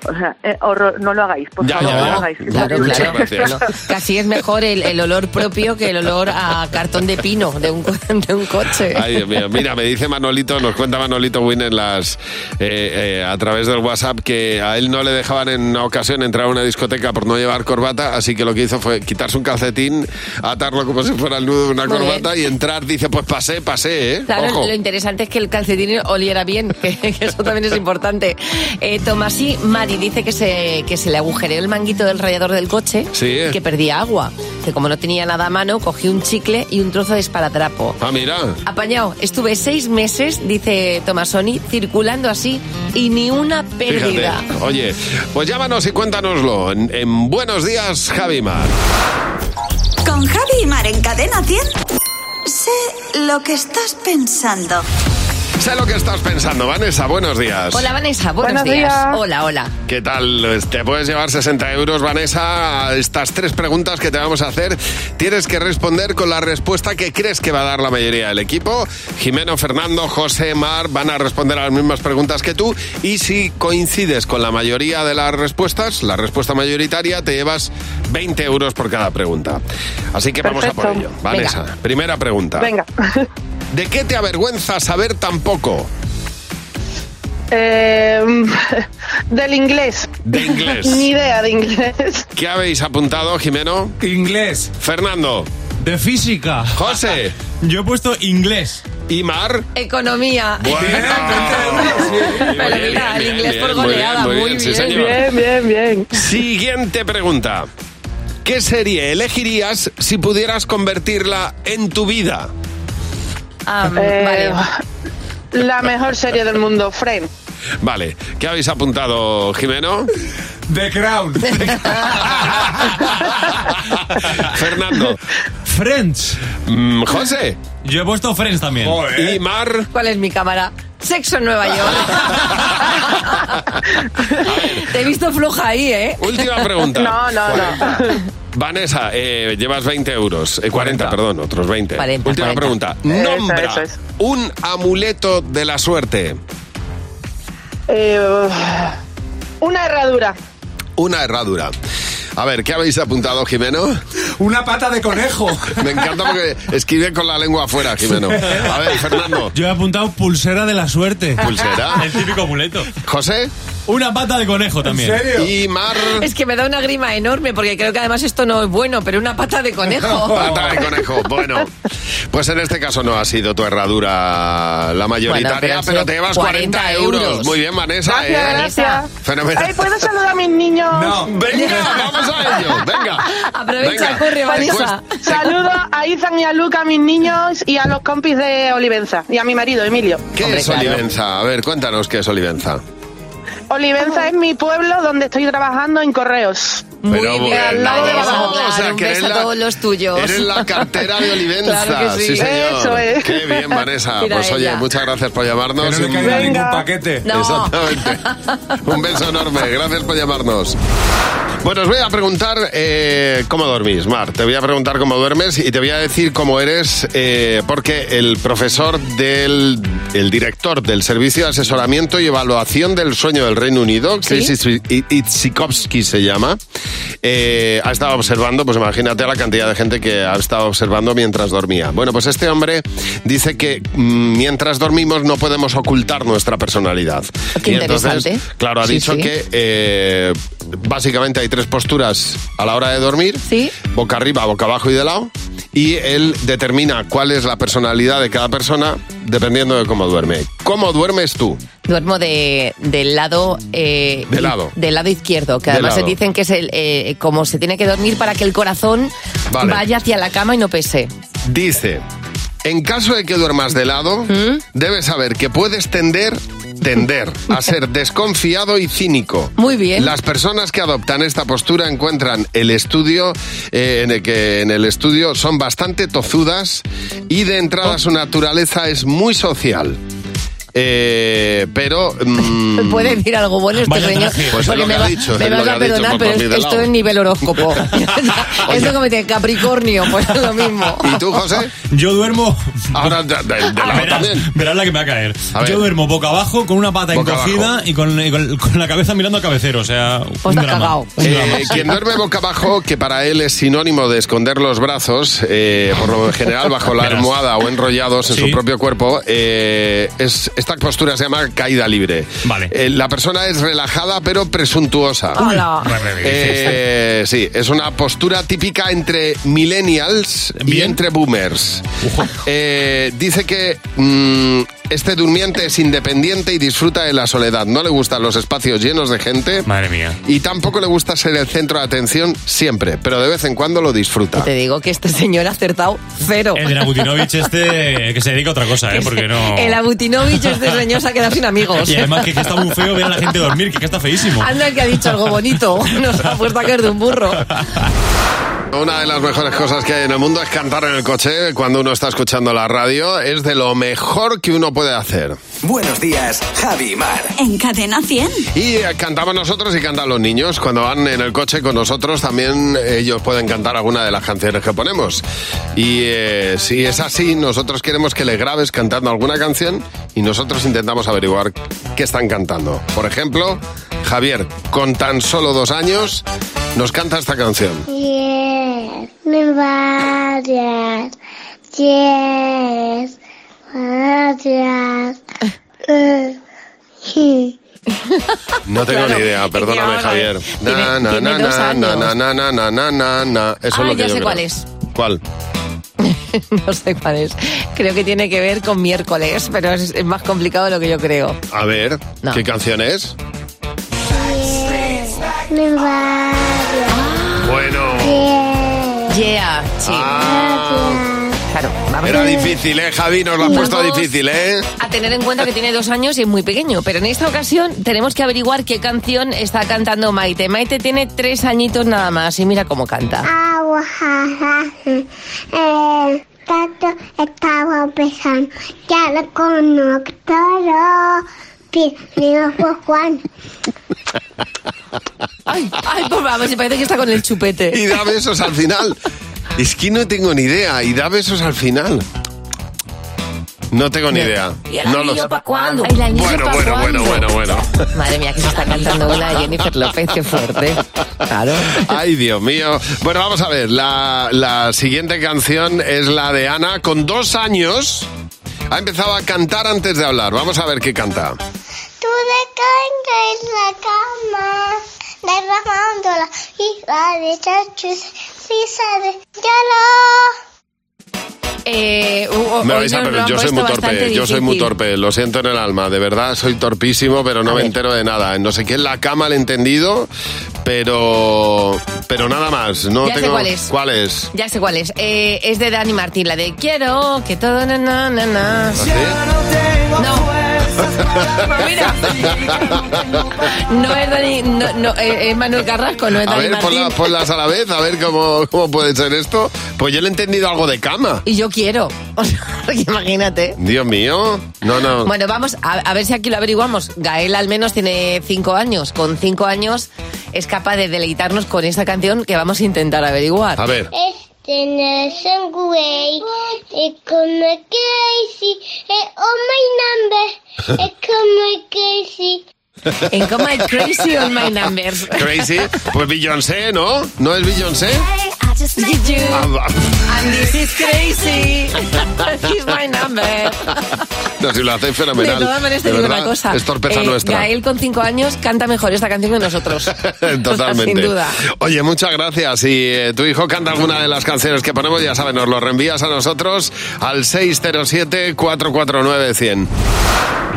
Speaker 19: O sea, eh, horror, no lo hagáis, por
Speaker 3: Ya,
Speaker 19: favor,
Speaker 3: ya,
Speaker 19: no
Speaker 3: ya.
Speaker 19: lo hagáis.
Speaker 3: Claro,
Speaker 19: Es
Speaker 3: claro.
Speaker 19: horrible.
Speaker 3: Ah, Gracias.
Speaker 4: No, Casi es mejor el, el olor propio que el olor a cartón de pino de un, co- de un coche.
Speaker 3: Ay, Dios mío. Mira, me dice Manolito, nos cuenta Manolito Win en las, eh, eh, a través del WhatsApp que a él no le dejaban en una ocasión entrar a una discoteca por no llevar corbata, así que lo que hizo fue quitarse un calcetín, atarlo como si fuera el nudo de una
Speaker 4: Muy
Speaker 3: corbata y entrar. Dice, pues pasé, pasé, ¿eh?
Speaker 4: Claro,
Speaker 3: Ojo.
Speaker 4: lo interesante es que el calcetín oliera bien, que, que eso también es importante. Eh, Tomasi Mari dice que se, que se le agujereó el manguito del radiador del coche
Speaker 3: Sí.
Speaker 4: y que perdía agua. Que como no tenía nada a mano, cogí un chicle y un trozo de esparadrapo.
Speaker 3: Ah, mira.
Speaker 4: Apañado, estuve seis meses, dice Tomasoni, circulando así y ni una pérdida.
Speaker 3: Fíjate. Oye, pues llámanos y cuéntanoslo. En, en Buenos Días, Javimar.
Speaker 1: Con Javi y Mar en Cadena 100. Sé lo que estás pensando.
Speaker 3: Sé lo que estás pensando, Vanessa. Buenos días.
Speaker 4: Hola Vanessa, buenos,
Speaker 1: Buenos días.
Speaker 4: Hola, hola.
Speaker 3: ¿Qué tal? Te puedes llevar 60 euros, Vanessa, a estas tres preguntas que te vamos a hacer. Tienes que responder con la respuesta que crees que va a dar la mayoría del equipo. Jimeno, Fernando, José, Mar van a responder a las mismas preguntas que tú. Y si coincides con la mayoría de las respuestas, la respuesta mayoritaria, te llevas 20 euros por cada pregunta. Así que vamos a por
Speaker 19: Perfecto.
Speaker 3: ello. Vanessa,
Speaker 19: Venga.
Speaker 3: primera pregunta.
Speaker 19: Venga.
Speaker 3: ¿De qué te avergüenza saber tan poco?
Speaker 7: Eh, del inglés.
Speaker 3: De inglés.
Speaker 7: Ni idea de inglés.
Speaker 3: ¿Qué habéis apuntado, Jimeno?
Speaker 8: Inglés.
Speaker 3: Fernando.
Speaker 5: De física.
Speaker 3: José.
Speaker 5: Yo he puesto inglés.
Speaker 3: ¿Y Mar?
Speaker 4: Economía.
Speaker 3: Bueno.
Speaker 4: Pero mira, el inglés por goleada, muy bien.
Speaker 3: sí, señor.
Speaker 7: bien, bien.
Speaker 3: Siguiente pregunta. ¿Qué serie elegirías si pudieras convertirla en tu vida?
Speaker 4: Ah,
Speaker 7: Eh,
Speaker 4: vale.
Speaker 7: La mejor serie del mundo, Friends.
Speaker 3: Vale, ¿qué habéis apuntado, Jimeno?
Speaker 8: The Crown.
Speaker 3: Fernando.
Speaker 5: Friends.
Speaker 3: José.
Speaker 20: Yo he puesto Friends también.
Speaker 3: Y Mar.
Speaker 4: ¿Cuál es mi cámara? sexo en Nueva York. Te he visto floja ahí, ¿eh?
Speaker 3: Última pregunta.
Speaker 4: No, no, no.
Speaker 3: Vanessa, eh, llevas 20 euros. eh, 40, perdón, otros 20.
Speaker 4: 40,
Speaker 3: Última
Speaker 4: 40.
Speaker 3: pregunta.
Speaker 4: Eso,
Speaker 3: Nombra
Speaker 4: eso es.
Speaker 3: un amuleto de la suerte.
Speaker 7: Eh, una herradura.
Speaker 3: Una herradura. A ver, ¿qué habéis apuntado, Jimeno?
Speaker 8: Una pata de conejo.
Speaker 3: Me encanta porque escribe con la lengua afuera, Jimeno. A ver, Fernando.
Speaker 5: Yo he apuntado pulsera de la suerte.
Speaker 3: ¿Pulsera?
Speaker 5: El típico amuleto.
Speaker 3: ¿José?
Speaker 5: Una pata de conejo también.
Speaker 3: Y Mar.
Speaker 4: Es que me da una grima enorme porque creo que además esto no es bueno, pero una pata de conejo.
Speaker 3: Pata de Ah, conejo. Bueno, pues en este caso no ha sido tu herradura la mayoritaria,
Speaker 2: Bueno, pero han
Speaker 3: pero,
Speaker 2: sido
Speaker 3: te llevas 40,
Speaker 2: 40
Speaker 3: euros.
Speaker 2: euros.
Speaker 3: Muy bien, Vanessa.
Speaker 4: Ah,
Speaker 7: Gracias,
Speaker 3: ¿eh?
Speaker 7: gracias.
Speaker 3: Fenomenal.
Speaker 7: Ay, ¿Puedo saludar a mis niños?
Speaker 3: No. Venga, vamos a ello. Venga.
Speaker 7: Aprovecha,
Speaker 3: Venga. Pues, corre, Vanessa.
Speaker 4: Pues-
Speaker 7: Saludo a Izan y a Luca, mis niños, y a los compis de Olivenza, y a mi marido, Emilio.
Speaker 3: ¿Qué es Olivenza? A ver, cuéntanos qué es Olivenza.
Speaker 7: Olivenza es mi pueblo donde estoy trabajando en correos.
Speaker 3: Pero bien,
Speaker 7: Al lado de
Speaker 3: vamos,
Speaker 7: Badalona.
Speaker 3: o sea,
Speaker 4: Claro, un
Speaker 3: que
Speaker 4: beso
Speaker 3: eres
Speaker 4: a
Speaker 3: la-
Speaker 4: todos los tuyos.
Speaker 3: Eres la cartera de Olivenza.
Speaker 4: Claro que sí.
Speaker 3: señor.
Speaker 4: Eso es.
Speaker 3: Qué bien, Vanessa.
Speaker 4: Mira
Speaker 3: pues oye,
Speaker 4: ella.
Speaker 3: muchas gracias por llamarnos.
Speaker 8: Que no le
Speaker 3: Un-
Speaker 8: caiga Venga. ningún paquete.
Speaker 4: No.
Speaker 3: Exactamente. Un beso enorme. Gracias por llamarnos. Bueno, os voy a preguntar eh, cómo dormís, Mar. Te voy a preguntar cómo duermes y te voy a decir cómo eres, eh, porque el profesor del el director del Servicio de Asesoramiento y Evaluación del Sueño del Reino Unido, Chris Itsi- Itsikowski se llama, eh, ha estado observando, pues imagínate la cantidad de gente que ha estado observando mientras dormía. Bueno, pues este hombre dice que mm, mientras dormimos no podemos ocultar nuestra personalidad.
Speaker 4: Qué
Speaker 3: Y entonces,
Speaker 4: interesante.
Speaker 3: Claro, ha
Speaker 4: Sí,
Speaker 3: dicho
Speaker 4: sí.
Speaker 3: que eh, básicamente hay tres posturas a la hora de dormir. Boca arriba, boca abajo y de lado. Y él determina cuál es la personalidad de cada persona dependiendo de cómo duerme. ¿Cómo duermes tú?
Speaker 4: Duermo de, del lado... eh,
Speaker 3: De lado.
Speaker 4: Del lado izquierdo, que
Speaker 3: De
Speaker 4: además se
Speaker 3: lado.
Speaker 4: dicen que es el, eh, como se tiene que dormir para que el corazón
Speaker 3: Vale.
Speaker 4: vaya hacia la cama y no pese.
Speaker 3: Dice, en caso de que duermas de lado,
Speaker 4: ¿Mm?
Speaker 3: debes saber que puedes tender, tender a ser desconfiado y cínico.
Speaker 4: Muy bien.
Speaker 3: Las personas que adoptan esta postura encuentran el estudio eh, en el que en el estudio son bastante tozudas y de entrada su naturaleza es muy social. Eh, pero mm,
Speaker 4: Puede decir algo bueno este
Speaker 3: Vaya
Speaker 4: señor.
Speaker 3: traje. Pues es
Speaker 4: porque
Speaker 3: lo que
Speaker 4: me,
Speaker 3: ha
Speaker 4: va-
Speaker 3: dicho,
Speaker 4: me
Speaker 3: es lo
Speaker 4: vas
Speaker 3: que
Speaker 4: a
Speaker 3: ha dicho,
Speaker 4: perdonar,
Speaker 3: por
Speaker 4: pero es-
Speaker 3: dormir de
Speaker 4: esto
Speaker 3: lado.
Speaker 4: es nivel horóscopo. esto como de Capricornio, pues es lo mismo.
Speaker 3: ¿Y tú, José?
Speaker 5: Yo duermo.
Speaker 3: Ahora de, de- de lado
Speaker 5: verás,
Speaker 3: Ah, también.
Speaker 5: verás la que me va a caer.
Speaker 3: A ver.
Speaker 5: Yo duermo boca abajo con una pata
Speaker 3: Boca
Speaker 5: encogida y con, y con- con la cabeza mirando a cabecero. O sea, un
Speaker 4: Pues te has
Speaker 5: drama.
Speaker 4: cagao.
Speaker 5: Un drama.
Speaker 3: Eh, quien duerme boca abajo, que para él es sinónimo de esconder los brazos, eh, por lo general bajo la
Speaker 5: Verás.
Speaker 3: almohada o enrollados en su propio cuerpo, eh, es, esta postura se llama caída libre. Eh, la persona es relajada pero presuntuosa.
Speaker 4: Hola.
Speaker 3: Eh, sí, es una postura típica entre millennials y entre boomers. Eh, dice que mm, este durmiente es independiente y disfruta de la soledad. No le gustan los espacios llenos de gente.
Speaker 5: Madre mía.
Speaker 3: Y tampoco le gusta ser el centro de atención siempre, pero de vez en cuando lo disfruta.
Speaker 4: Te digo que este señor ha acertado cero.
Speaker 5: El de Nabutinovich este que se dedica a otra cosa, ¿eh? Porque no...
Speaker 4: El Abutinovich, este señor se ha quedado sin amigos.
Speaker 5: Y además que, que está muy feo ver a la gente dormir, que, que está feísimo.
Speaker 4: Anda que ha dicho algo bonito. Nos ha puesto a caer de un burro.
Speaker 3: Una de las mejores cosas que hay en el mundo es cantar en el coche cuando uno está escuchando la radio. Es de lo mejor que uno puede hacer.
Speaker 2: Buenos días, Javi y Mar.
Speaker 1: En Cadena 100.
Speaker 3: Y eh, cantamos nosotros y cantan los niños. Cuando van en el coche con nosotros también ellos pueden cantar alguna de las canciones que ponemos. Y eh, si es así, nosotros queremos que le grabes cantando alguna canción y nosotros intentamos averiguar qué están cantando. Por ejemplo, Javier, con tan solo dos años, nos canta esta canción.
Speaker 21: Yes, me varias. Yes, varias.
Speaker 3: No tengo
Speaker 2: Claro.
Speaker 3: ni idea, perdóname
Speaker 2: Tiene-
Speaker 3: Javier. Na, na,
Speaker 2: tiene
Speaker 3: na,
Speaker 2: dos
Speaker 3: na,
Speaker 2: años.
Speaker 3: na, na, na, na, na, na, na.
Speaker 4: Ah,
Speaker 3: Eso es lo que
Speaker 4: ya
Speaker 3: yo
Speaker 4: sé
Speaker 3: creo.
Speaker 4: cuál es.
Speaker 3: ¿Cuál?
Speaker 4: No sé cuál es. Creo que tiene que ver con miércoles, pero es, es más complicado de lo que yo creo.
Speaker 3: A ver,
Speaker 4: No.
Speaker 3: ¿qué canción es?
Speaker 21: Me varias.
Speaker 3: Bueno.
Speaker 4: Yeah, sí. Claro, vamos
Speaker 3: Era
Speaker 4: a-
Speaker 3: difícil, ¿eh, Javi? Nos lo has puesto
Speaker 4: Vamos.
Speaker 3: difícil, ¿eh?
Speaker 4: A tener en cuenta que tiene dos años y es muy pequeño, pero en esta ocasión tenemos que averiguar qué canción está cantando Maite. Maite tiene tres añitos nada más y mira cómo canta.
Speaker 21: Agua, ja, ja, ja. Eh, tanto estaba pensando, ya lo conozco, pero fue Juan.
Speaker 4: Ay, ay, por favor, se parece que está con el chupete.
Speaker 3: Y da besos al final. Es que no tengo ni idea. Y da besos al final. No tengo ni idea. No lo sé.
Speaker 4: cuándo?
Speaker 3: Bueno, bueno, bueno, bueno, bueno.
Speaker 4: Madre mía, que se está cantando una de Jennifer López, qué fuerte. Claro.
Speaker 3: Ay, Dios mío. Bueno, vamos a ver. La, la siguiente canción es la de Ana. Con dos años ha empezado a cantar antes de hablar. Vamos a ver qué canta.
Speaker 21: Tú descansa en la cama, derramando la ira de chachus, risa de yalo.
Speaker 4: Eh, u-
Speaker 3: Me
Speaker 4: hoy
Speaker 3: vais a
Speaker 4: nos lo
Speaker 3: perder.
Speaker 4: han
Speaker 3: Yo soy
Speaker 4: puesto
Speaker 3: muy
Speaker 4: bastante
Speaker 3: torpe. Yo soy muy
Speaker 4: difícil.
Speaker 3: torpe. Lo siento en el alma. De verdad, soy torpísimo, pero no me entero de nada. En No sé qué en la cama le he entendido, pero pero nada más. No
Speaker 4: Ya sé
Speaker 3: tengo.
Speaker 4: cuál es.
Speaker 3: es?
Speaker 4: Ya sé cuál es. Eh, es de Dani Martín, la de Quiero que todo na na na na.
Speaker 3: ¿Así?
Speaker 4: No es Dani, no, no, eh, es Manuel Carrasco, no es
Speaker 3: A
Speaker 4: Dani
Speaker 3: ver,
Speaker 4: Martín.
Speaker 3: ponla- ponlas a la vez, a ver cómo, cómo puede ser esto. Pues yo le he entendido algo de cama.
Speaker 4: Y yo quiero. O sea, Imagínate.
Speaker 3: Dios mío. No, no.
Speaker 4: Bueno, vamos a, a ver si aquí lo averiguamos. Gael al menos tiene cinco años. Con cinco años es capaz de deleitarnos con esta canción que vamos a intentar averiguar.
Speaker 3: A ver.
Speaker 21: Este no es un güey, es como Casey, es oh my number, es como Casey.
Speaker 4: En coma el crazy on my numbers.
Speaker 3: Crazy. Pues Beyoncé, ¿no? ¿No es Beyoncé? Ah, va.
Speaker 4: And this is crazy. This is my number.
Speaker 3: No, si lo hacéis
Speaker 4: De
Speaker 3: fenomenal.
Speaker 4: todas maneras te
Speaker 3: De
Speaker 4: digo
Speaker 3: verdad,
Speaker 4: una cosa.
Speaker 3: Es torpeza
Speaker 4: Eh,
Speaker 3: nuestra.
Speaker 4: Gael con cinco años canta mejor esta canción que nosotros. Sin
Speaker 3: Totalmente.
Speaker 4: duda.
Speaker 3: Oye, muchas gracias. Si eh, tu hijo canta alguna de las canciones que ponemos, ya sabes, nos lo reenvías a nosotros al 607-449-100.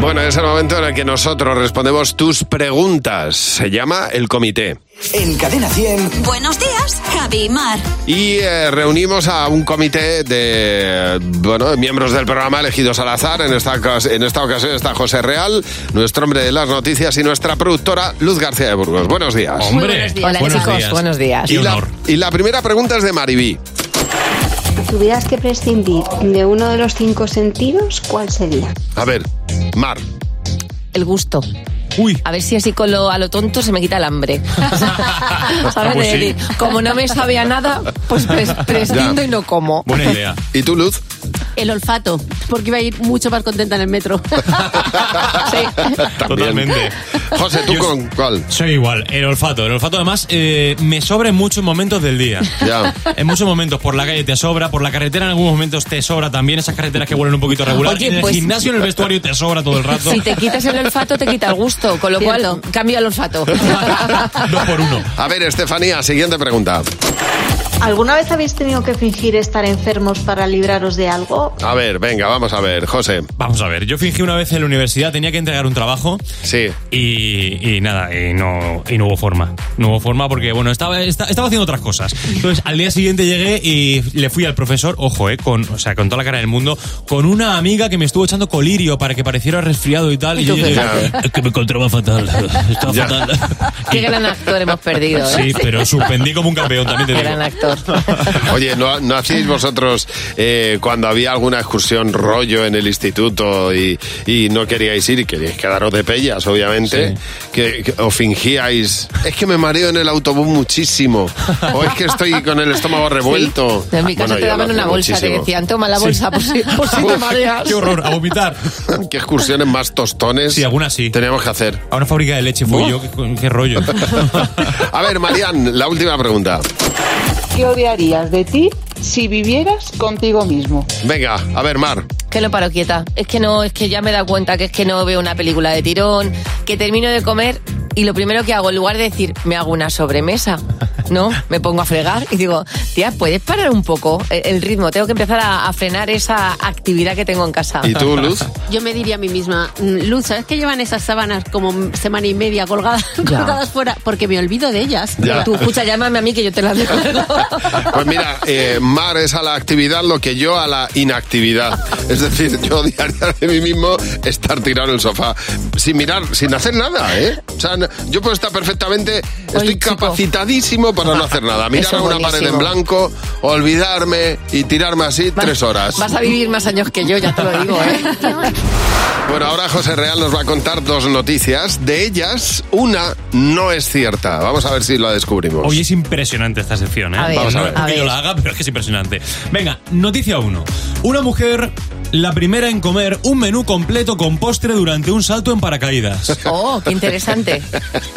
Speaker 3: Bueno, es el momento en el que nosotros respondemos tus preguntas. Se llama el comité.
Speaker 2: En Cadena 100.
Speaker 1: Buenos días, Javi y Mar.
Speaker 3: Y eh, reunimos a un comité de bueno, de miembros del programa elegidos al azar. En esta, ocas- en esta ocasión está José Real, nuestro hombre de las noticias y nuestra productora Luz García de Burgos. Buenos días.
Speaker 5: Oh,
Speaker 4: buenos días. Hola, chicos. Buenos días.
Speaker 3: Y la, y la primera pregunta es de Maribí.
Speaker 22: Si tuvieras que prescindir de uno de los cinco sentidos, ¿cuál sería?
Speaker 3: A ver, Mar.
Speaker 4: El gusto.
Speaker 5: Uy.
Speaker 4: A ver si así con lo, a lo tonto se me quita el hambre. ¿Sabes?
Speaker 3: Pues
Speaker 4: De
Speaker 3: sí.
Speaker 4: decir, como no me sabe a nada, pues pres- prescindo
Speaker 3: Ya.
Speaker 4: y no como.
Speaker 3: ¿Y tú, Luz?
Speaker 23: El olfato, porque iba a ir mucho más contenta en el metro.
Speaker 3: Totalmente. José, ¿tú con cuál?
Speaker 20: Soy igual, el olfato. El olfato, además, eh, me sobra en muchos momentos del día.
Speaker 3: Ya.
Speaker 20: En muchos momentos por la calle te sobra, por la carretera en algunos momentos te sobra también, esas carreteras que vuelven un poquito regular.
Speaker 4: Oye,
Speaker 20: en el
Speaker 4: pues-
Speaker 20: gimnasio, en el vestuario te sobra todo el rato.
Speaker 4: Si te quitas el olfato, te quita el gusto. Con lo cual, cambio el olfato.
Speaker 5: pues
Speaker 3: A ver, Estefanía, siguiente pregunta.
Speaker 24: ¿Alguna vez habéis tenido que fingir estar enfermos para libraros de algo?
Speaker 3: A ver, venga, vamos a ver, José.
Speaker 20: Vamos a ver, yo fingí una vez en la universidad, tenía que entregar un trabajo.
Speaker 3: Sí.
Speaker 20: Y, y nada, y no, y no hubo forma. No hubo forma porque, bueno, estaba, esta- estaba haciendo otras cosas. Entonces, al día siguiente llegué y le fui al profesor, ojo, eh, con, o sea, con toda la cara del mundo, con una amiga que me estuvo echando colirio para que pareciera resfriado y tal. Y yo
Speaker 4: Entonces,
Speaker 20: dije, es que me encontraba fatal. Estaba fatal.
Speaker 4: Qué gran actor hemos perdido. ¿eh?
Speaker 20: Sí, pero suspendí como un campeón, también te digo.
Speaker 4: Gran actor.
Speaker 3: Oye, ¿no, no hacíais vosotros eh, cuando había alguna excursión rollo en el instituto y, y no queríais ir y queríais quedaros de pellas, obviamente? Que, que- o fingíais, es que me mareo en el autobús muchísimo, o es que estoy con el estómago revuelto. Ah,
Speaker 4: En mi casa
Speaker 3: Bueno,
Speaker 4: te
Speaker 3: yo lo
Speaker 4: daban
Speaker 3: hacía
Speaker 4: una bolsa, te
Speaker 3: muchísimo.
Speaker 4: decían, toma la bolsa por si, por si te mareas.
Speaker 20: Qué horror, a vomitar.
Speaker 3: Qué excursiones más tostones. Sí,
Speaker 20: algunas sí.
Speaker 3: Teníamos que hacer.
Speaker 20: A una fábrica de leche fui yo, qué, qué rollo.
Speaker 3: A ver, Marian, la última pregunta.
Speaker 25: ¿Qué odiarías de ti si vivieras contigo mismo?
Speaker 3: Venga, a ver, Mar.
Speaker 4: Que lo paro quieta. Es que no, es que ya me he dado cuenta que es que no veo una película de tirón, que termino de comer y lo primero que hago, en lugar de decir, me hago una sobremesa, ¿no? Me pongo a fregar y digo, tía, ¿puedes parar un poco el, el ritmo? Tengo que empezar a, a frenar esa actividad que tengo en casa.
Speaker 3: ¿Y tú, Luz?
Speaker 23: Yo me diría a mí misma, mm, Luz, ¿sabes que llevan esas sábanas como semana y media colgadas,
Speaker 3: Ya.
Speaker 23: colgadas fuera? Porque me olvido de ellas.
Speaker 3: Ya.
Speaker 4: Tú, escucha, llámame a mí que yo te las dejo.
Speaker 3: Pues mira, eh, Mar es a la actividad lo que yo a la inactividad. Es decir, yo odiaría de mí mismo estar tirado en el sofá, sin mirar, sin hacer nada, ¿eh? O sea, no- yo puedo estar perfectamente, estoy capacitadísimo para no hacer nada. Mirar
Speaker 4: Eso
Speaker 3: a
Speaker 4: es
Speaker 3: una pared en
Speaker 4: buenísimo.
Speaker 3: blanco, olvidarme y tirarme así tres horas.
Speaker 4: Vas a vivir más años que yo, ya te lo digo, ¿eh?
Speaker 3: Bueno, ahora José Real nos va a contar dos noticias. De ellas, una no es cierta. Vamos a ver si la descubrimos.
Speaker 20: Hoy es impresionante esta sección, ¿eh?
Speaker 3: Pues A ver,
Speaker 20: Vamos a
Speaker 3: a
Speaker 20: ver. No es que
Speaker 3: ver.
Speaker 20: yo la haga, pero es que es impresionante. Venga, noticia 1. Una mujer, la primera en comer un menú completo con postre durante un salto en paracaídas.
Speaker 4: Oh, qué interesante.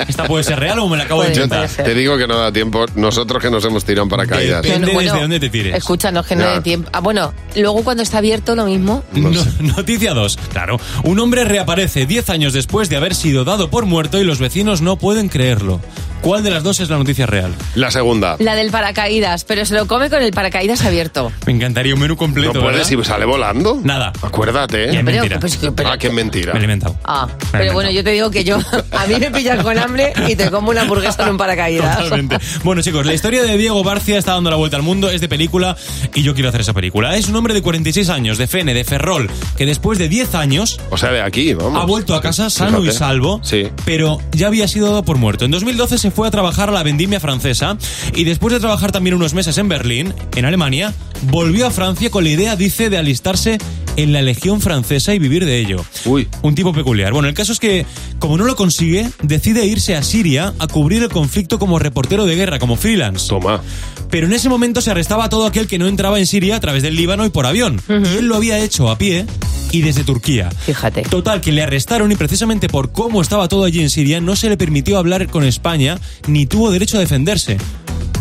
Speaker 20: ¿Esta puede ser real o me la acabo de
Speaker 4: Puede,
Speaker 20: inventar?
Speaker 4: puede ser.
Speaker 3: Te digo que no da tiempo. Nosotros que nos hemos tirado en paracaídas.
Speaker 20: Depende
Speaker 4: Bueno,
Speaker 20: desde dónde te tires.
Speaker 4: Escúchanos, que no
Speaker 20: Ya.
Speaker 4: hay tiempo. Ah, bueno, luego cuando está abierto, lo mismo.
Speaker 20: No- noticia 2. Claro, un hombre reaparece 10 años después de haber sido dado por muerto y los vecinos no pueden creerlo. ¿Cuál de las dos es la noticia real?
Speaker 3: La segunda.
Speaker 4: La del paracaídas, pero se lo come con el paracaídas abierto.
Speaker 20: Me encantaría un menú completo.
Speaker 3: No puedes,
Speaker 20: ¿verdad?
Speaker 3: si sale volando.
Speaker 20: Nada.
Speaker 3: Acuérdate.
Speaker 20: Y es
Speaker 4: Pero,
Speaker 20: mentira.
Speaker 4: pues, que- pero-
Speaker 3: ah, que es mentira.
Speaker 20: Me lo he inventado.
Speaker 4: Ah, pero bueno, yo te digo que yo, a mí me pillas con hambre y te como una hamburguesa en un paracaídas.
Speaker 20: Totalmente. Bueno, chicos, la historia de Diego Barcia está dando la vuelta al mundo, es de película y yo quiero hacer esa película. Es un hombre de 46 años, de Fene, de Ferrol, que después de 10 años.
Speaker 3: O sea, de aquí, vamos.
Speaker 20: Ha vuelto a casa sano y
Speaker 3: Fíjate.
Speaker 20: salvo,
Speaker 3: Sí.
Speaker 20: pero ya había sido dado por muerto. En 2012 se fue a trabajar a la vendimia francesa y después de trabajar también unos meses en Berlín, en Alemania, volvió a Francia con la idea, dice, de alistarse en la Legión Francesa y vivir de ello. Uy. Un tipo peculiar. Bueno, el caso es que, como no lo consigue, decide irse a Siria a cubrir el conflicto como reportero de guerra, como freelance.
Speaker 3: Toma.
Speaker 20: Pero en ese momento se arrestaba a todo aquel que no entraba en Siria a través del Líbano y por avión. Y él lo había hecho a pie y desde Turquía.
Speaker 4: Fíjate.
Speaker 20: Total, que le arrestaron y precisamente por cómo estaba todo allí en Siria no se le permitió hablar con España ni tuvo derecho a defenderse.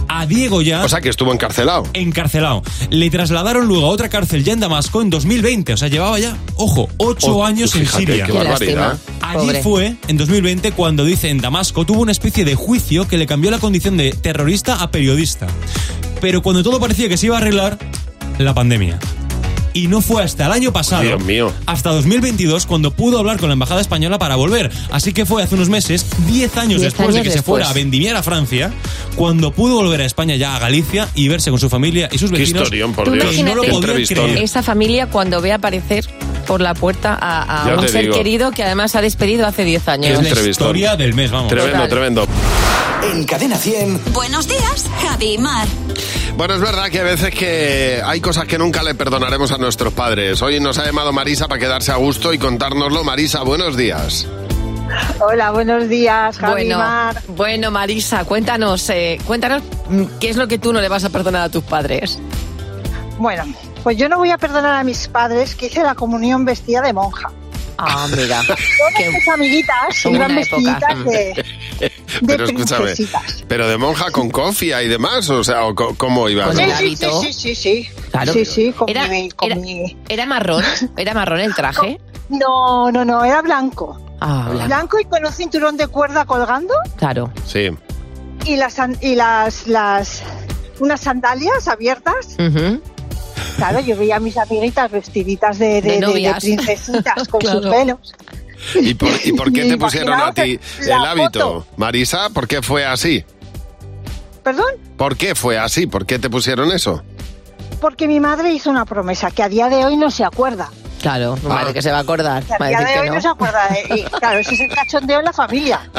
Speaker 20: A Diego ya...
Speaker 3: O sea, que estuvo encarcelado.
Speaker 20: Encarcelado. Le trasladaron luego a otra cárcel ya en Damasco en 2020. O sea, llevaba ya, ojo, ocho
Speaker 3: Oh,
Speaker 20: años en
Speaker 3: fíjate,
Speaker 20: Siria.
Speaker 3: qué Qué barbaridad. lástima.
Speaker 20: Allí
Speaker 3: Pobre.
Speaker 20: fue, en 2020, cuando dice en Damasco, tuvo una especie de juicio que le cambió la condición de terrorista a periodista. Pero cuando todo parecía que se iba a arreglar, la pandemia. Y no fue hasta el año pasado,
Speaker 3: Dios mío.
Speaker 20: hasta 2022, cuando pudo hablar con la embajada española para volver. Así que fue hace unos meses, 10 años
Speaker 4: Diez
Speaker 20: después de
Speaker 4: años
Speaker 20: que se
Speaker 4: después.
Speaker 20: fuera a vendimiar a Francia, cuando pudo volver a España ya a Galicia y verse con su familia y sus
Speaker 3: Qué
Speaker 20: vecinos.
Speaker 3: historión, por
Speaker 4: Tú
Speaker 3: Dios.
Speaker 20: Y no lo
Speaker 3: Qué
Speaker 20: podía
Speaker 3: entrevistón.
Speaker 20: creer.
Speaker 4: Esa familia cuando ve aparecer por la puerta a, a
Speaker 3: Ya
Speaker 4: un
Speaker 3: te
Speaker 4: ser
Speaker 3: digo.
Speaker 4: querido que además ha despedido hace 10 años.
Speaker 3: Qué entrevistón.
Speaker 20: historia del mes, vamos.
Speaker 3: Tremendo,
Speaker 4: Total.
Speaker 3: tremendo.
Speaker 2: En Cadena 100.
Speaker 1: Buenos días, Javi y Mar.
Speaker 3: Bueno, es verdad que a veces que hay cosas que nunca le perdonaremos a nuestros padres. Hoy nos ha llamado Marisa para quedarse a gusto y contárnoslo. Marisa, buenos días.
Speaker 9: Hola, buenos días, Javi
Speaker 4: Bueno,
Speaker 9: Mar.
Speaker 4: bueno, Marisa, cuéntanos, eh, cuéntanos mm, qué es lo que tú no le vas a perdonar a tus padres.
Speaker 9: Bueno, pues yo no voy a perdonar a mis padres que hice la comunión vestida de monja.
Speaker 4: Ah, mira.
Speaker 9: Todas mis amiguitas
Speaker 4: una
Speaker 9: iban
Speaker 4: época.
Speaker 9: vestiditas de...
Speaker 3: pero escúchame,
Speaker 9: princesitas.
Speaker 3: pero de monja con cofia y demás, o sea, ¿o co- ¿cómo ibas?
Speaker 9: Sí, sí, sí, sí, sí.
Speaker 3: Claro.
Speaker 9: Sí, sí, con
Speaker 4: Era-
Speaker 9: mi- con
Speaker 4: era-
Speaker 9: mi-
Speaker 4: ¿Era marrón? ¿Era marrón el traje?
Speaker 9: No, no, no, era blanco.
Speaker 4: Ah, blanco.
Speaker 9: Blanco y con un cinturón de cuerda colgando
Speaker 4: Claro.
Speaker 3: Sí.
Speaker 9: y las san- y las las unas sandalias abiertas. Claro, yo veía a mis amiguitas vestiditas de, de-
Speaker 4: De
Speaker 9: de- de
Speaker 4: novias.
Speaker 9: princesitas con
Speaker 4: Claro.
Speaker 9: sus velos.
Speaker 3: ¿Y por, y por qué
Speaker 9: Me
Speaker 3: te pusieron a
Speaker 9: imaginaba
Speaker 3: ti
Speaker 9: que
Speaker 3: el
Speaker 9: la
Speaker 3: hábito? Marisa, ¿por qué fue así?
Speaker 9: Perdón,
Speaker 3: ¿Por qué fue así? ¿Por qué te pusieron eso?
Speaker 9: porque mi madre hizo una promesa que a día de hoy no se acuerda.
Speaker 4: Claro, madre que se va a acordar.
Speaker 9: Que a
Speaker 4: va a
Speaker 9: día Ah.
Speaker 4: decir
Speaker 9: de hoy
Speaker 4: que
Speaker 9: no.
Speaker 4: no.
Speaker 9: se acuerda. de- y, claro, ese es el cachondeo en la familia.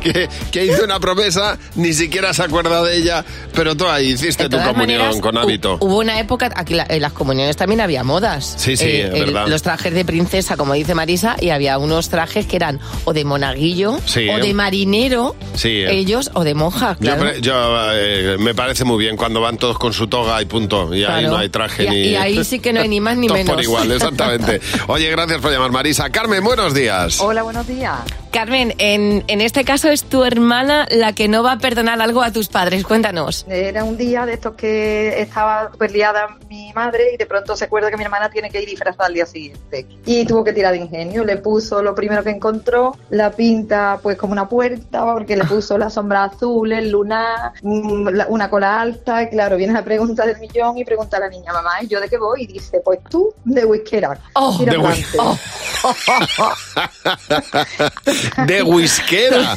Speaker 3: Que, que hizo una promesa, ni siquiera se acuerda de ella, pero tú ahí hiciste
Speaker 4: De
Speaker 3: tu
Speaker 4: todas
Speaker 3: comunión
Speaker 4: maneras,
Speaker 3: con
Speaker 4: hu-
Speaker 3: hábito.
Speaker 4: Hubo una época, aquí la- en las comuniones también había modas. Eh,
Speaker 3: Sí, sí, es verdad.
Speaker 4: Los trajes de princesa, como dice Marisa, y había unos trajes que eran o de monaguillo,
Speaker 3: Sí.
Speaker 4: o de marinero,
Speaker 3: Sí. eh.
Speaker 4: ellos, o de monja,
Speaker 3: Yo,
Speaker 4: claro.
Speaker 3: pre- yo, eh, me parece muy bien cuando van todos con su toga y punto. Y ahí
Speaker 4: Claro.
Speaker 3: no hay traje
Speaker 4: Y-
Speaker 3: ni.
Speaker 4: y ahí sí que no hay ni más ni
Speaker 3: Todos
Speaker 4: menos.
Speaker 3: Por igual, exactamente. Oye, gracias por llamar, Marisa. Carmen, buenos días.
Speaker 4: buenos días. Carmen, en, en este caso es tu hermana la que no va a perdonar algo a tus padres. Cuéntanos.
Speaker 10: Era un día de estos que estaba súper liada mi madre y de pronto se acuerda que mi hermana tiene que ir disfrazada al día siguiente. Y tuvo que tirar de ingenio. Le puso lo primero que encontró, la pinta pues como una puerta, porque le puso la sombra azul, el lunar, mm, la- una cola alta. Y claro, viene la pregunta del millón y pregunta a la niña, mamá, ¿y yo de qué voy? Y dice, pues tú, de whiskera. Tira
Speaker 3: de
Speaker 10: pa'lante.
Speaker 3: De whiskera.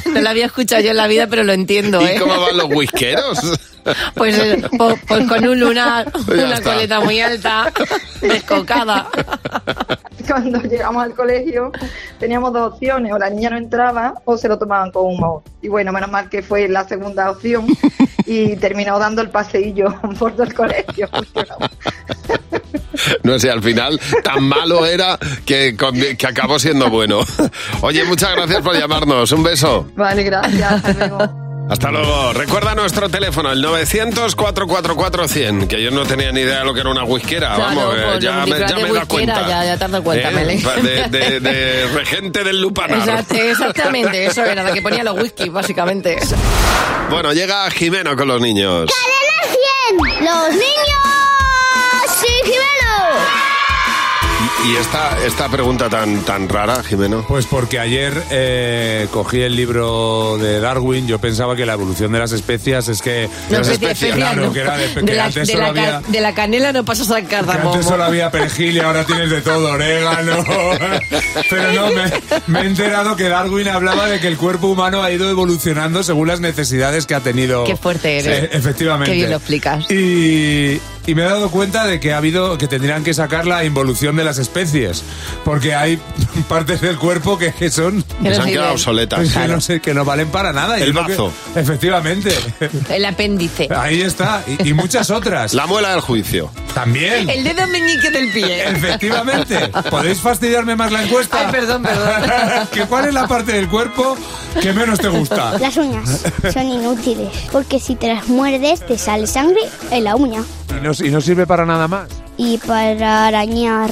Speaker 4: Te lo había escuchado yo en la vida, pero lo entiendo, ¿eh?
Speaker 3: Ah. ¿Y cómo van los whiskeros?
Speaker 4: Pues, eh, po- pues con un lunar,
Speaker 3: Ya
Speaker 4: una
Speaker 3: está.
Speaker 4: coleta muy alta, descocada.
Speaker 10: Cuando llegamos al colegio teníamos dos opciones, o la niña no entraba o se lo tomaban con humor. Y bueno, menos mal que fue la segunda opción y terminó dando el paseillo por todo el colegio.
Speaker 3: No sé, al final tan malo era que, con- que acabó siendo bueno. Oye, muchas gracias por llamarnos. Un beso.
Speaker 10: Vale, gracias. hasta luego.
Speaker 3: Hasta luego. Recuerda nuestro teléfono, el 900-444-100, que yo no tenía ni idea de lo que era una whiskera.
Speaker 4: Claro,
Speaker 3: Vamos, eh,
Speaker 4: pues,
Speaker 3: ya,
Speaker 4: un
Speaker 3: me,
Speaker 4: disfraz de
Speaker 3: ya me he dado
Speaker 4: whiskera,
Speaker 3: cuenta.
Speaker 4: ya- ya te has dado cuenta,
Speaker 3: Eh,
Speaker 4: Mele.
Speaker 3: De, de- de regente del lupanar.
Speaker 4: Exacto, exactamente, eso era, la que ponía los whisky, básicamente.
Speaker 3: Bueno, llega Jimeno con los niños.
Speaker 21: ¡Los niños! ¡Sí,
Speaker 3: Y, y esta, esta pregunta tan, tan rara, Jimeno.
Speaker 8: Pues porque ayer eh, cogí el libro de Darwin, yo pensaba que la evolución de las especias es que...
Speaker 4: No,
Speaker 8: las
Speaker 4: especia, especia,
Speaker 8: claro,
Speaker 4: no.
Speaker 8: que era de, que
Speaker 4: De la,
Speaker 8: antes
Speaker 4: de
Speaker 8: solo
Speaker 4: la ca-
Speaker 8: había...
Speaker 4: de la canela no pasas al
Speaker 8: que
Speaker 4: cardamomo.
Speaker 8: antes solo había perejil y ahora tienes de todo, orégano. Pero no, me, me he enterado que Darwin hablaba de que el cuerpo humano ha ido evolucionando según las necesidades que ha tenido.
Speaker 4: Qué fuerte eres.
Speaker 8: Eh, efectivamente.
Speaker 4: Qué bien lo explicas.
Speaker 8: Y, y me he dado cuenta de que ha habido que tendrían que sacar la involución de las especies, porque hay partes del cuerpo que, que son
Speaker 4: Que no Se han quedado sirven. obsoletas.
Speaker 8: Pues que
Speaker 4: Claro.
Speaker 8: no sé, que no valen para nada.
Speaker 3: El
Speaker 8: Yo creo que-
Speaker 3: bazo.
Speaker 8: efectivamente.
Speaker 4: El apéndice.
Speaker 8: Ahí está y, y muchas otras.
Speaker 3: La muela del juicio.
Speaker 8: También.
Speaker 4: El dedo meñique del pie.
Speaker 8: Efectivamente. ¿Podéis fastidiarme más la encuesta?
Speaker 4: Ay, perdón, perdón.
Speaker 8: ¿Que ¿Cuál es la parte del cuerpo que menos te gusta?
Speaker 21: Las uñas son inútiles porque si te las muerdes te sale sangre en la uña
Speaker 8: Y no, y no sirve para nada más.
Speaker 21: y para arañar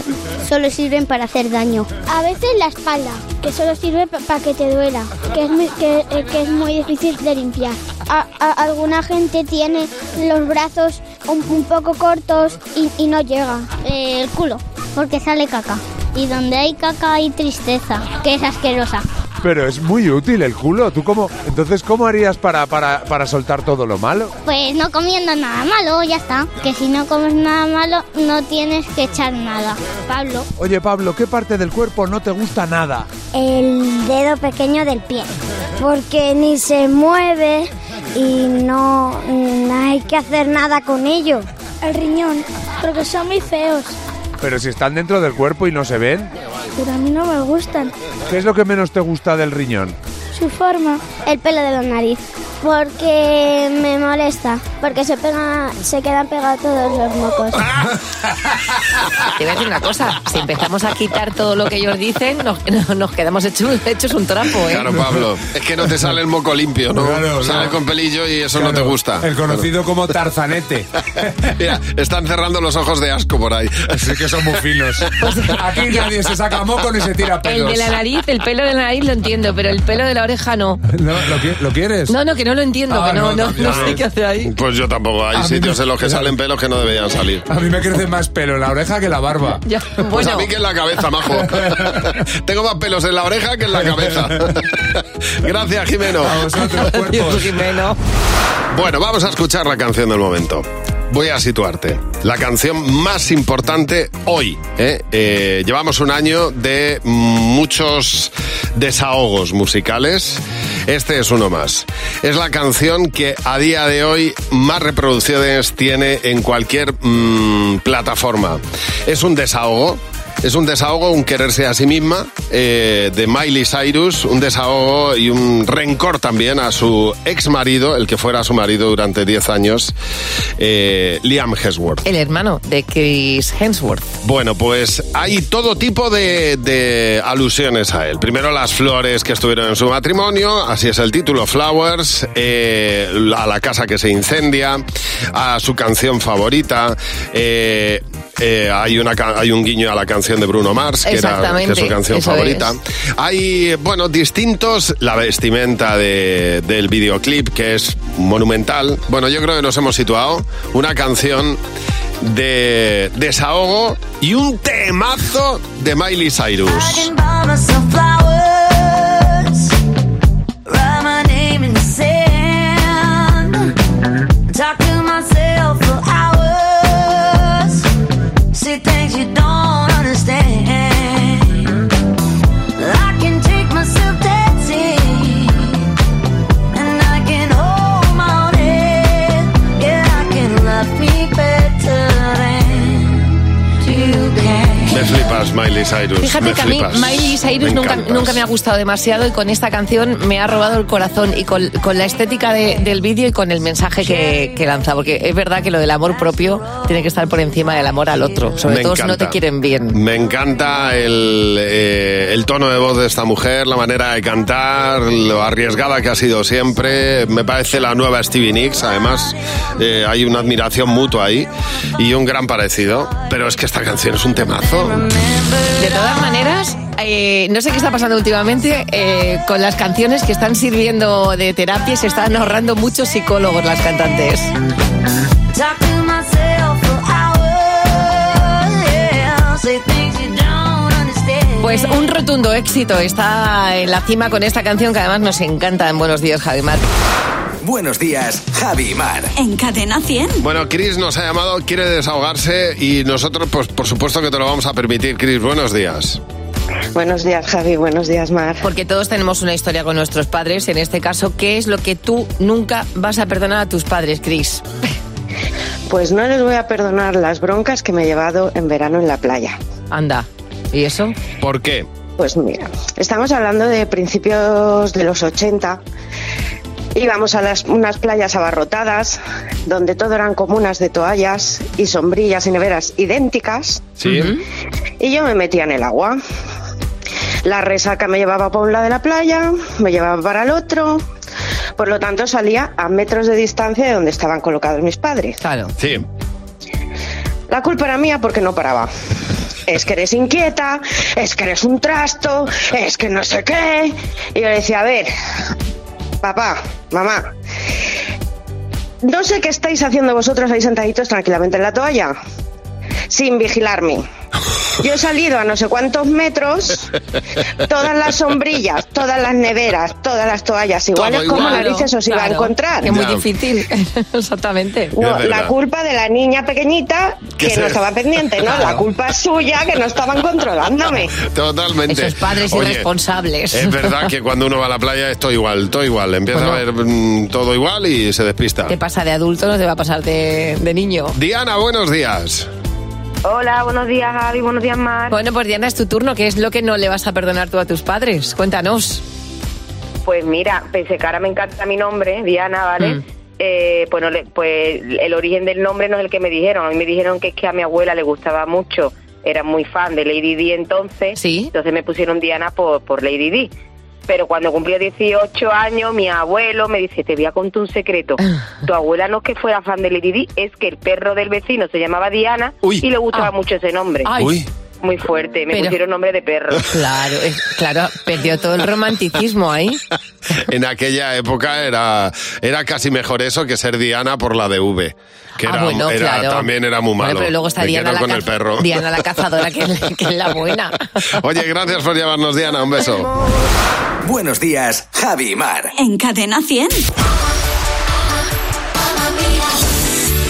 Speaker 21: solo sirven para hacer daño. A veces la espalda, que solo sirve para que te duela, que es muy, que, eh, que es muy difícil de limpiar. A- a- alguna gente tiene los brazos un, un poco cortos y, y no llega. Eh, el culo, porque sale caca. Y donde hay caca hay tristeza, que es asquerosa.
Speaker 8: Pero es muy útil el culo. ¿Tú cómo? Entonces, ¿cómo harías para, para, para soltar todo lo malo?
Speaker 21: Pues no comiendo nada malo, ya está. Que si no comes nada malo, no tienes que echar nada. Pablo.
Speaker 8: Oye, Pablo, ¿qué parte del cuerpo no te gusta nada?
Speaker 11: El dedo pequeño del pie. Porque ni se mueve y no,
Speaker 21: mm,
Speaker 11: no hay que hacer nada con ello. El riñón, porque son muy feos.
Speaker 8: Pero si están dentro del cuerpo y no se ven,
Speaker 11: Pero a mí no me gustan.
Speaker 8: ¿qué es lo que menos te gusta del riñón?
Speaker 11: Su forma. El pelo de la nariz. Porque me molesta. Porque se, pega, se quedan pegados todos los mocos.
Speaker 4: Te voy a decir una cosa, si empezamos a quitar todo lo que ellos dicen, nos, no- nos quedamos hechos, hechos un trapo, ¿eh?
Speaker 3: Claro, Pablo. Es que no te sale el moco limpio, ¿no?
Speaker 8: Claro,
Speaker 3: sale
Speaker 8: no.
Speaker 3: con pelillo y eso no
Speaker 8: Claro,
Speaker 3: te gusta.
Speaker 8: El conocido como tarzanete.
Speaker 3: Mira, están cerrando los ojos de asco por ahí.
Speaker 8: Así que son muy finos. Aquí nadie se saca moco ni se tira
Speaker 4: Pues, El
Speaker 8: pelos.
Speaker 4: de la nariz, el pelo de la nariz lo entiendo, pero el pelo de la oreja no.
Speaker 8: No, ¿lo, qui- lo quieres?
Speaker 4: No, no, que no lo entiendo,
Speaker 8: Ah,
Speaker 4: que no,
Speaker 8: no,
Speaker 4: no,
Speaker 8: también,
Speaker 4: no sé
Speaker 8: no.
Speaker 4: qué hace ahí.
Speaker 3: Pues yo tampoco. Hay
Speaker 8: mí
Speaker 3: sitios
Speaker 8: me-
Speaker 3: en los que salen pelos que no deberían salir.
Speaker 8: A mí me crece más pelo en la oreja que en la barba.
Speaker 4: Ya,
Speaker 3: Pues
Speaker 4: bueno,
Speaker 3: a mí que en la cabeza, majo. Tengo más pelos en la oreja que en la cabeza. Gracias, Jimeno.
Speaker 8: A vosotros,
Speaker 4: Dios,
Speaker 8: cuerpos.
Speaker 4: Jimeno.
Speaker 3: Bueno, vamos a escuchar la canción del momento. Voy a situarte. La canción más importante hoy. ¿eh? Eh, llevamos un año de muchos desahogos musicales. Este es uno más. Es la canción que a día de hoy más reproducciones tiene en cualquier mm, plataforma. Es un desahogo. Es un desahogo, un quererse a sí misma eh, de Miley Cyrus, un desahogo y un rencor también a su ex marido, el que fuera su marido durante 10 años, eh, Liam Hemsworth.
Speaker 4: el hermano de Chris Hemsworth.
Speaker 3: Bueno, pues hay todo tipo de, de alusiones a él. Primero las flores que estuvieron en su matrimonio, así es el título, Flowers, eh, a la casa que se incendia, a su canción favorita. eh, eh, hay, una, ca- hay un guiño a la canción de Bruno Mars, que, era, que es
Speaker 4: Exactamente,
Speaker 3: su canción
Speaker 4: eso
Speaker 3: favorita.
Speaker 4: es.
Speaker 3: Hay, bueno, distintos. La vestimenta de- del videoclip, que es monumental. Bueno, yo creo que nos hemos situado. Una canción de desahogo y un temazo de Miley Cyrus.
Speaker 12: can buy myself flowers. Write my name in the sand. Talk to myself for hours. See things you don't understand. I can take myself dancing. better than you can.
Speaker 3: Me flipas, Miley Cyrus.
Speaker 4: Fíjate
Speaker 3: me
Speaker 4: que a mí
Speaker 3: flipas.
Speaker 4: Miley Cyrus
Speaker 3: Me
Speaker 4: nunca,
Speaker 3: encantas.
Speaker 4: nunca me ha gustado demasiado y con esta canción me ha robado el corazón y con, con la estética de- del vídeo y con el mensaje que, que lanza, porque es verdad que lo del amor propio tiene que estar por encima del amor al otro, sobre
Speaker 3: Me
Speaker 4: todo si no
Speaker 3: encanta.
Speaker 4: te quieren bien.
Speaker 3: Me encanta el, eh, el tono de voz de esta mujer, la manera de cantar, lo arriesgada que ha sido siempre. Me parece la nueva Stevie Nicks, además eh, hay una admiración mutua ahí y un gran parecido. Pero es que esta canción es un temazo.
Speaker 4: De todas maneras, eh, no sé qué está pasando últimamente eh, con las canciones que están sirviendo de terapia y se están ahorrando muchos psicólogos las cantantes.
Speaker 12: Talk to myself for hours. Yeah, say things you don't understand.
Speaker 4: Pues un rotundo éxito está en la cima con esta canción que además nos encanta en Buenos Días, Javi Mar.
Speaker 2: Buenos días, Javi y Mar.
Speaker 1: En Cadena 100.
Speaker 3: Bueno, Chris nos ha llamado, quiere desahogarse y nosotros, pues por supuesto que te lo vamos a permitir. Chris, buenos días.
Speaker 4: Buenos días, Javi. Buenos días, Mar. Porque todos tenemos una historia con nuestros padres. En este caso, ¿qué es lo que tú nunca vas a perdonar a tus padres, Cris?
Speaker 14: Pues no les voy a perdonar las broncas que me he llevado en verano en la playa.
Speaker 4: Anda. ¿Y eso?
Speaker 3: ¿Por qué?
Speaker 14: Pues mira, estamos hablando de principios de los 80. Íbamos a las, unas playas abarrotadas, donde todo eran comunas de toallas y sombrillas y neveras idénticas.
Speaker 3: Sí.
Speaker 14: Y yo me metía en el agua. La resaca me llevaba para un lado de la playa, me llevaba para el otro. Por lo tanto, salía a metros de distancia de donde estaban colocados mis padres.
Speaker 4: Claro.
Speaker 3: Sí.
Speaker 14: La culpa era mía porque no paraba. Es que eres inquieta, es que eres un trasto, es que no sé qué. Y yo le decía, a ver, papá, mamá, no sé qué estáis haciendo vosotros ahí sentaditos tranquilamente en la toalla, sin vigilarme. Yo he salido a no sé cuántos metros, todas las sombrillas, todas las neveras, todas las toallas iguales,
Speaker 4: Todo
Speaker 14: como
Speaker 4: igual.
Speaker 14: narices os iba a
Speaker 4: Claro,
Speaker 14: encontrar?
Speaker 4: Que es muy difícil, exactamente.
Speaker 14: No, la culpa de la niña pequeñita
Speaker 4: Que
Speaker 14: que
Speaker 4: se-
Speaker 14: no estaba pendiente, ¿no? La
Speaker 4: Claro.
Speaker 14: culpa es suya que no estaban controlándome.
Speaker 3: Totalmente.
Speaker 14: Esos padres
Speaker 3: Oye,
Speaker 14: irresponsables.
Speaker 3: Es verdad que cuando uno va a la playa es todo igual, todo igual. Empieza a ver mm, todo igual y se despista.
Speaker 4: Te pasa de adulto, no te va a pasar de, de niño.
Speaker 3: Diana, buenos días.
Speaker 4: Hola, buenos días, Javi. Buenos días, Mar. Bueno, pues Diana, es tu turno. ¿Qué es lo que no le vas a perdonar tú a tus padres? Cuéntanos.
Speaker 15: Pues mira, pensé que ahora me encanta mi nombre, Diana, ¿vale?
Speaker 6: Mm.
Speaker 15: Eh, pues, no le- pues el origen del nombre no es el que me dijeron. A mí me dijeron que es que a mi abuela le gustaba mucho. Era muy fan de Lady Di entonces. Entonces me pusieron Diana por, por Lady Di. Pero cuando cumplí 18 años, mi abuelo me dice, te voy a contar un secreto. Tu abuela no es que fuera fan de Lady Di, es que el perro del vecino se llamaba Diana y le
Speaker 6: Ah.
Speaker 15: gustaba mucho ese nombre.
Speaker 4: Ay. Uy.
Speaker 15: Muy fuerte, me
Speaker 4: Pero-
Speaker 15: pusieron nombre de perro.
Speaker 4: Claro, eh, claro, perdió todo el romanticismo ahí.
Speaker 3: En aquella época era, era casi mejor eso que ser Diana por la DV. Que
Speaker 4: Ah,
Speaker 3: era,
Speaker 4: bueno,
Speaker 3: era-
Speaker 4: claro.
Speaker 3: también era muy
Speaker 4: Bueno,
Speaker 3: malo.
Speaker 4: pero luego está
Speaker 3: Me
Speaker 4: Diana
Speaker 3: quedo
Speaker 4: la,
Speaker 3: con
Speaker 4: ca-
Speaker 3: el perro.
Speaker 4: Diana la cazadora, que, es la- que es la buena.
Speaker 3: Oye, gracias por llamarnos, Diana. Un beso.
Speaker 2: Buenos días, Javi y Mar.
Speaker 1: En Cadena 100.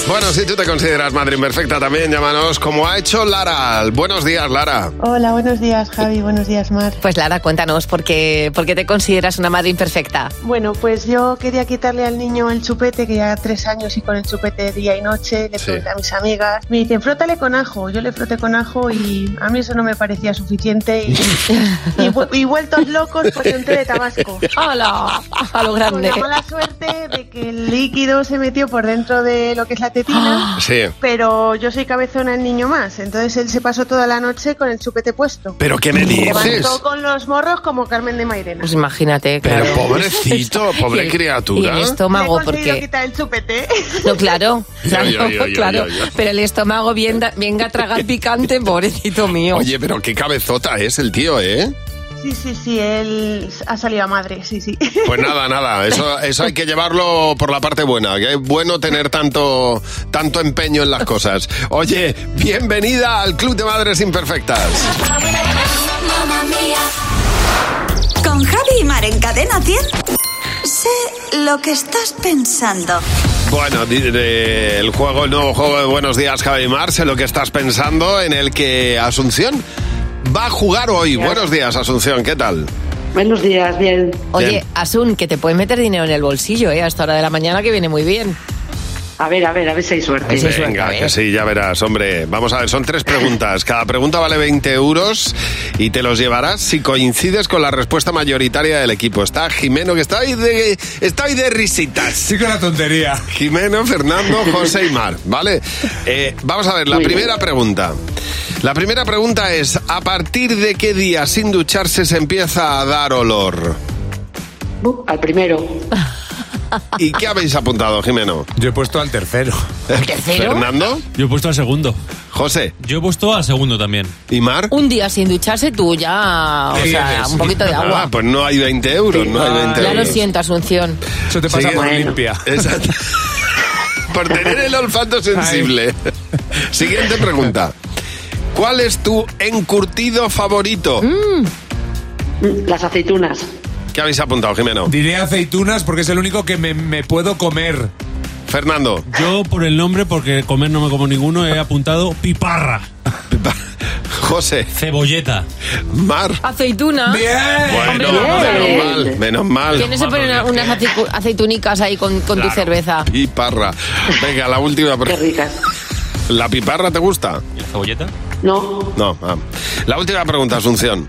Speaker 3: Bueno, si tú te consideras madre imperfecta también, llámanos como ha hecho Lara. Buenos días, Lara.
Speaker 4: Hola, buenos días, Javi. Buenos días, Mar. Pues Lara, cuéntanos, ¿por qué, por qué te consideras una madre imperfecta?
Speaker 9: Bueno, pues yo quería quitarle al niño el chupete, que ya tres años y con el chupete día y noche, le
Speaker 3: Sí.
Speaker 9: pregunté a mis amigas, me dicen, frótale con ajo, yo le froté con ajo y a mí eso no me parecía suficiente y, y vu- y vueltos locos porque un té de Tabasco.
Speaker 4: ¡Hala! A lo grande.
Speaker 9: Con la mala suerte de que el líquido se metió por dentro de lo que es la tetina.
Speaker 3: Sí.
Speaker 9: Pero yo soy cabezona el niño más, entonces él se pasó toda la noche con el chupete puesto.
Speaker 3: ¿Pero qué me
Speaker 9: Se
Speaker 3: dices?
Speaker 9: levantó con los morros como Carmen de Mairena.
Speaker 4: Pues imagínate, claro.
Speaker 3: Pero pobrecito, pobre
Speaker 4: Y el-
Speaker 3: criatura.
Speaker 4: Y el estómago, porque...
Speaker 9: quitar el chupete.
Speaker 4: No, claro,
Speaker 3: Yo,
Speaker 4: claro,
Speaker 3: yo, yo, yo,
Speaker 4: claro.
Speaker 3: yo, yo.
Speaker 4: Pero el estómago bien da- venga a tragar picante, pobrecito mío.
Speaker 3: Oye, pero qué cabezota es el tío, ¿eh?
Speaker 9: Sí, sí, sí, él ha salido a madre, sí, sí.
Speaker 3: Pues nada, nada, eso, eso hay que llevarlo por la parte buena, que es bueno tener tanto, tanto empeño en las cosas. Oye, bienvenida al Club de Madres Imperfectas.
Speaker 1: Mamma mía. Con Javi y Mar en Cadena 100. Sé lo que estás pensando.
Speaker 3: Bueno, di- de- el juego, el nuevo juego de Buenos Días, Javi Mar, sé lo que estás pensando, en el que Asunción va a jugar hoy. Buenos días, Asunción, ¿qué tal?
Speaker 4: Buenos días, bien. Oye,
Speaker 3: Bien.
Speaker 4: Asun, que te puedes meter dinero en el bolsillo, ¿eh? A esta hora de la mañana que viene muy bien.
Speaker 6: A ver, a ver, a ver si hay suerte.
Speaker 4: Pues
Speaker 3: Venga, que sí, ya verás, hombre. Vamos a ver, son tres preguntas. Cada pregunta vale 20 euros y te los llevarás si coincides con la respuesta mayoritaria del equipo. Está Jimeno, que está ahí de, está ahí de risitas. Sí,
Speaker 8: con la tontería.
Speaker 3: Jimeno, Fernando, José y Mar, ¿vale? Eh, vamos a ver, la
Speaker 8: Muy bien.
Speaker 3: primera pregunta. La primera pregunta es, ¿a partir de qué día sin ducharse se empieza a dar olor?
Speaker 6: Uh, Al primero.
Speaker 3: ¿Y qué habéis apuntado, Jimeno?
Speaker 8: Yo he puesto al tercero.
Speaker 3: ¿El
Speaker 4: tercero?
Speaker 3: ¿Fernando?
Speaker 20: Yo he puesto al segundo.
Speaker 3: José.
Speaker 20: Yo he puesto al segundo también.
Speaker 3: ¿Y Mar?
Speaker 4: Un día sin ducharse tú ya, o
Speaker 3: Sí,
Speaker 4: sea,
Speaker 3: eres.
Speaker 4: un poquito de
Speaker 3: Ah,
Speaker 4: agua.
Speaker 3: pues no hay 20 euros, no hay 20
Speaker 4: Ya lo
Speaker 3: euros.
Speaker 4: siento, Asunción.
Speaker 8: Eso te
Speaker 3: pasa por
Speaker 8: limpia.
Speaker 3: Exacto. por tener el olfato sensible. Siguiente pregunta. ¿Cuál es tu encurtido favorito?
Speaker 6: Mm, Las aceitunas.
Speaker 3: ¿Qué habéis apuntado, Jimeno?
Speaker 8: Diré aceitunas porque es el único que me, me puedo comer.
Speaker 3: Fernando.
Speaker 5: Yo por el nombre, porque comer no me como ninguno, he apuntado piparra.
Speaker 3: José.
Speaker 20: Cebolleta.
Speaker 3: Mar.
Speaker 4: Aceituna.
Speaker 3: Bueno,
Speaker 4: Hombre,
Speaker 3: menos mal, menos mal.
Speaker 4: Que no se ponen unas aceicu- aceitunicas ahí con, con tu
Speaker 3: Claro.
Speaker 4: cerveza.
Speaker 3: Piparra. Venga, la última pregunta. Qué
Speaker 6: ricas.
Speaker 3: ¿La piparra te gusta? ¿Y la
Speaker 20: cebolleta?
Speaker 6: No.
Speaker 3: No. ah. La última pregunta, Asunción.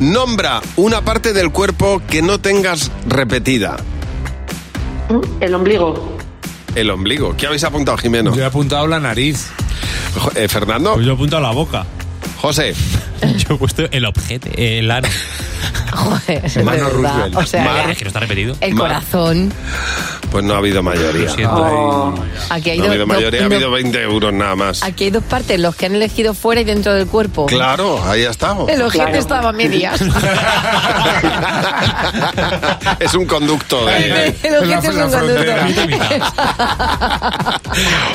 Speaker 3: Nombra una parte del cuerpo que no tengas repetida.
Speaker 6: mm, El ombligo.
Speaker 3: El ombligo. ¿Qué habéis apuntado, Jimeno?
Speaker 8: Yo he apuntado la nariz.
Speaker 3: Jo- eh, Fernando.
Speaker 20: Pues yo he apuntado la boca.
Speaker 3: José.
Speaker 20: Yo he puesto el objeto, el ano.
Speaker 4: Joder, de verdad. O sea,
Speaker 20: es que no está repetido.
Speaker 4: el corazón.
Speaker 3: Pues no ha habido mayoría.
Speaker 6: Oh,
Speaker 4: Aquí hay
Speaker 3: No ha
Speaker 4: dos-
Speaker 3: habido
Speaker 4: dos-
Speaker 3: mayoría, ha
Speaker 4: no-
Speaker 3: habido 20 euros nada más.
Speaker 4: Aquí hay dos partes, los que han elegido fuera y dentro del cuerpo.
Speaker 3: Claro, ahí estamos.
Speaker 4: El ojete estaba a medias.
Speaker 3: es un conducto. de-
Speaker 4: El ojete es un conducto.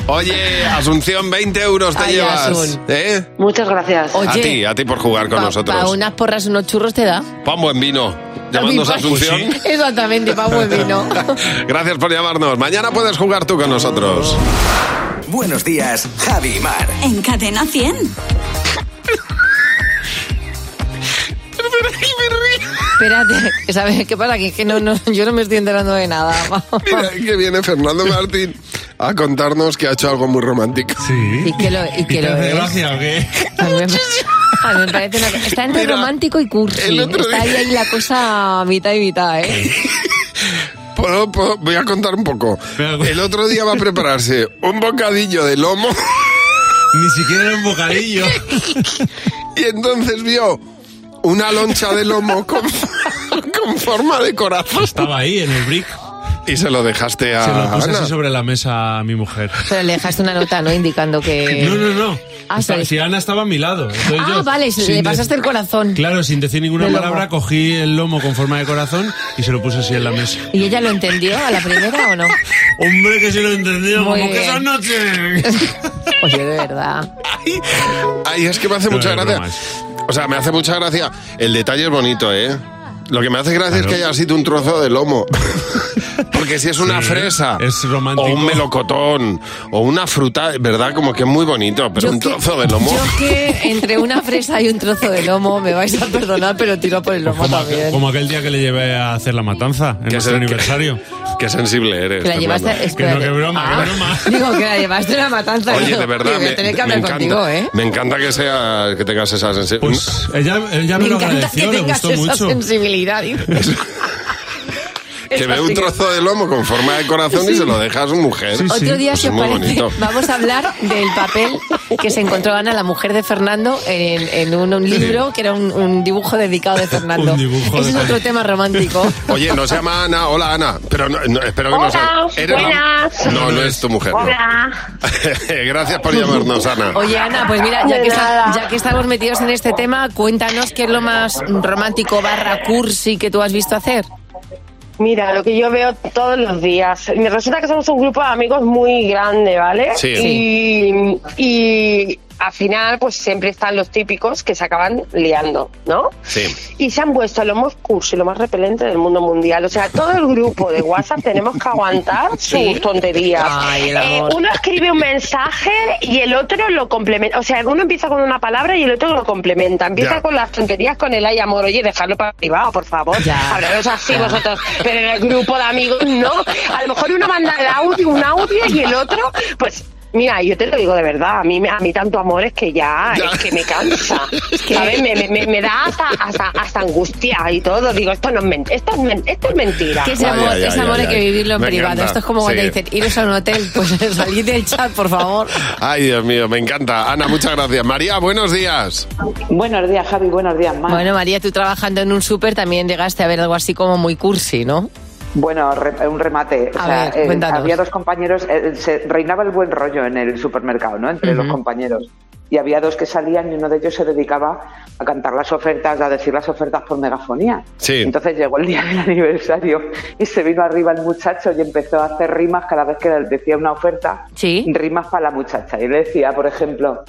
Speaker 3: Oye, Asunción, 20 euros te
Speaker 4: Ay,
Speaker 3: llevas.
Speaker 4: Asun.
Speaker 3: ¿Eh?
Speaker 6: Muchas gracias.
Speaker 4: Oye.
Speaker 3: a ti, a ti por jugar con
Speaker 4: Pa-
Speaker 3: nosotros.
Speaker 4: pa' unas porras, unos churros te da.
Speaker 3: Pan buen vino. Llamándonos a Asunción.
Speaker 4: Exactamente, pa' buen vino.
Speaker 3: Gracias por llamarnos. Mañana puedes jugar tú con nosotros.
Speaker 2: Buenos días, Javi y Mar.
Speaker 1: En cadena 100.
Speaker 4: Espérate, que ¿sabes qué pasa? Que es que no, no, yo no me estoy enterando de nada.
Speaker 3: Mira, que viene Fernando Martín a contarnos que ha hecho algo muy romántico.
Speaker 4: Y que lo, y que lo es.
Speaker 20: o qué?
Speaker 4: A mí me- a mí me parece una cosa- Está entre
Speaker 3: Mira,
Speaker 4: romántico y cursi.
Speaker 3: el otro
Speaker 4: Está ahí,
Speaker 3: día-
Speaker 4: ahí la cosa a mitad y mitad, ¿eh?
Speaker 3: Puedo- puedo- voy a contar un poco. El otro día va a prepararse un bocadillo de lomo.
Speaker 5: Ni siquiera era un bocadillo.
Speaker 3: Y entonces vio una loncha de lomo con, con forma de corazón.
Speaker 5: Estaba ahí en el brick.
Speaker 3: Y se lo dejaste a
Speaker 5: Se lo puse
Speaker 3: Ana.
Speaker 5: así sobre la mesa a mi mujer.
Speaker 4: Pero le dejaste una nota, ¿no? Indicando que.
Speaker 5: No, no, no.
Speaker 4: Eh, Ah,
Speaker 5: Esta-
Speaker 4: sí.
Speaker 5: si Ana estaba a mi lado. entonces
Speaker 4: Ah,
Speaker 5: yo,
Speaker 4: vale,
Speaker 5: sin
Speaker 4: le
Speaker 5: de-
Speaker 4: pasaste el corazón.
Speaker 5: Claro, sin decir ninguna
Speaker 4: El lomo.
Speaker 5: palabra, cogí el lomo con forma de corazón y se lo puse así en la mesa.
Speaker 4: ¿Y ella lo entendió a la primera o no?
Speaker 5: Hombre, que se lo entendió,
Speaker 4: Muy
Speaker 5: como que
Speaker 4: bien.
Speaker 5: esa noche.
Speaker 4: Oye, de verdad.
Speaker 3: Ay, es que me hace
Speaker 5: No,
Speaker 3: mucha
Speaker 5: no,
Speaker 3: gracia. O sea, me hace mucha gracia. El detalle es bonito, ¿eh? Lo que me hace gracia es que haya sido un trozo de lomo. Porque si es una fresa,
Speaker 5: es romántico.
Speaker 3: o un melocotón, o una fruta, ¿verdad? Como que es muy bonito, pero
Speaker 4: Yo
Speaker 3: un
Speaker 4: que-
Speaker 3: trozo de lomo.
Speaker 4: Yo que entre una fresa y un trozo de lomo, me vais a perdonar, pero tiro por el lomo
Speaker 5: Como, aquel-
Speaker 4: también.
Speaker 5: como aquel día que le llevé a hacer la matanza en nuestro
Speaker 3: sen-
Speaker 5: aniversario.
Speaker 3: Qué sensible eres.
Speaker 4: Que la llevaste.
Speaker 5: Que
Speaker 4: espérate.
Speaker 5: no, que broma,
Speaker 4: Ah,
Speaker 5: que broma.
Speaker 4: Digo, que la llevaste a la matanza.
Speaker 3: Oye,
Speaker 4: digo,
Speaker 3: de verdad,
Speaker 4: digo, voy a
Speaker 3: me,
Speaker 4: tener que
Speaker 3: me
Speaker 4: hablar
Speaker 3: encanta.
Speaker 4: contigo, ¿eh?
Speaker 3: Me encanta que sea que tengas esa sensibilidad.
Speaker 5: Pues Ella, ella me,
Speaker 4: Me
Speaker 5: lo
Speaker 4: encanta que
Speaker 5: agradeció, le
Speaker 4: tengas
Speaker 5: gustó
Speaker 4: esa
Speaker 5: mucho.
Speaker 4: sensibilidad. dice.
Speaker 3: que
Speaker 4: Esa
Speaker 3: ve un
Speaker 4: sí que-
Speaker 3: trozo de lomo con forma de corazón y se lo deja a su mujer.
Speaker 4: Otro día,
Speaker 3: Pues
Speaker 4: si
Speaker 3: es
Speaker 4: os
Speaker 3: muy
Speaker 4: parece,
Speaker 3: bonito.
Speaker 4: vamos a hablar del papel que se encontró Ana, la mujer de Fernando, en, en un, un libro que era un, un dibujo dedicado de Fernando.
Speaker 3: Un dibujo
Speaker 4: Ese es
Speaker 3: de-
Speaker 4: otro tema romántico.
Speaker 3: Oye, no se llama Ana. Hola, Ana. Pero no, no, espero que no sea.
Speaker 4: Hola,
Speaker 3: Eres la-
Speaker 4: buenas.
Speaker 3: No, no es tu mujer. no. Gracias por llamarnos, Ana.
Speaker 4: Oye, Ana, pues mira, ya que, está- ya que estamos metidos en este tema, cuéntanos qué es lo más romántico barra cursi que tú has visto hacer.
Speaker 14: Mira, lo que yo veo todos los días. Me resulta que somos un grupo de amigos muy grande, ¿vale?
Speaker 4: Sí.
Speaker 14: Y, y
Speaker 13: al final, pues siempre están los típicos que se acaban liando, ¿no?
Speaker 3: Sí.
Speaker 13: Y se han puesto lo más cursi, lo más repelente del mundo mundial. O sea, todo el grupo de WhatsApp tenemos que aguantar
Speaker 12: Sí.
Speaker 13: sus tonterías. Eh,
Speaker 12: Ay, el amor.
Speaker 13: uno escribe un mensaje y el otro lo complementa. O sea, uno empieza con una palabra y el otro lo complementa. Empieza
Speaker 12: Ya.
Speaker 13: con las tonterías con el ay amor. Oye, dejadlo para privado, por favor.
Speaker 12: Ya.
Speaker 13: Hablaros así
Speaker 12: Ya.
Speaker 13: vosotros. Pero en el grupo de amigos, no. A lo mejor uno manda el audio, un audio y el otro, pues. Mira, yo te lo digo de verdad, a mí, me- a mí tanto amor es que ya, es que me cansa, ¿sabes? Me, me- me- me da hasta, hasta, hasta angustia y todo. Digo, esto no es, men- esto es, men- esto es mentira.
Speaker 4: Que ese amor, ese amor hay que vivirlo en
Speaker 3: Me
Speaker 4: privado.
Speaker 3: encanta.
Speaker 4: Esto es como cuando
Speaker 3: Sí.
Speaker 4: dicen, iros a un hotel, pues salid del chat, por favor.
Speaker 3: Ay, Dios mío, me encanta. Ana, muchas gracias. María, buenos días.
Speaker 4: Buenos días, Javi, buenos días, Mar. Bueno, María, tú trabajando en un súper también llegaste a ver algo así como muy cursi, ¿no?
Speaker 16: Bueno, re- un remate. O
Speaker 4: A
Speaker 16: sea,
Speaker 4: ver,
Speaker 16: eh,
Speaker 4: cuéntanos.
Speaker 16: había dos compañeros, eh, se reinaba el buen rollo en el supermercado, ¿no? Entre los compañeros. Y había dos que salían y uno de ellos se dedicaba a cantar las ofertas, a decir las ofertas por megafonía.
Speaker 3: Sí.
Speaker 16: Entonces llegó el día del aniversario y se vino arriba el muchacho y empezó a hacer rimas cada vez que decía una oferta, rimas para la muchacha. Y le decía, por ejemplo,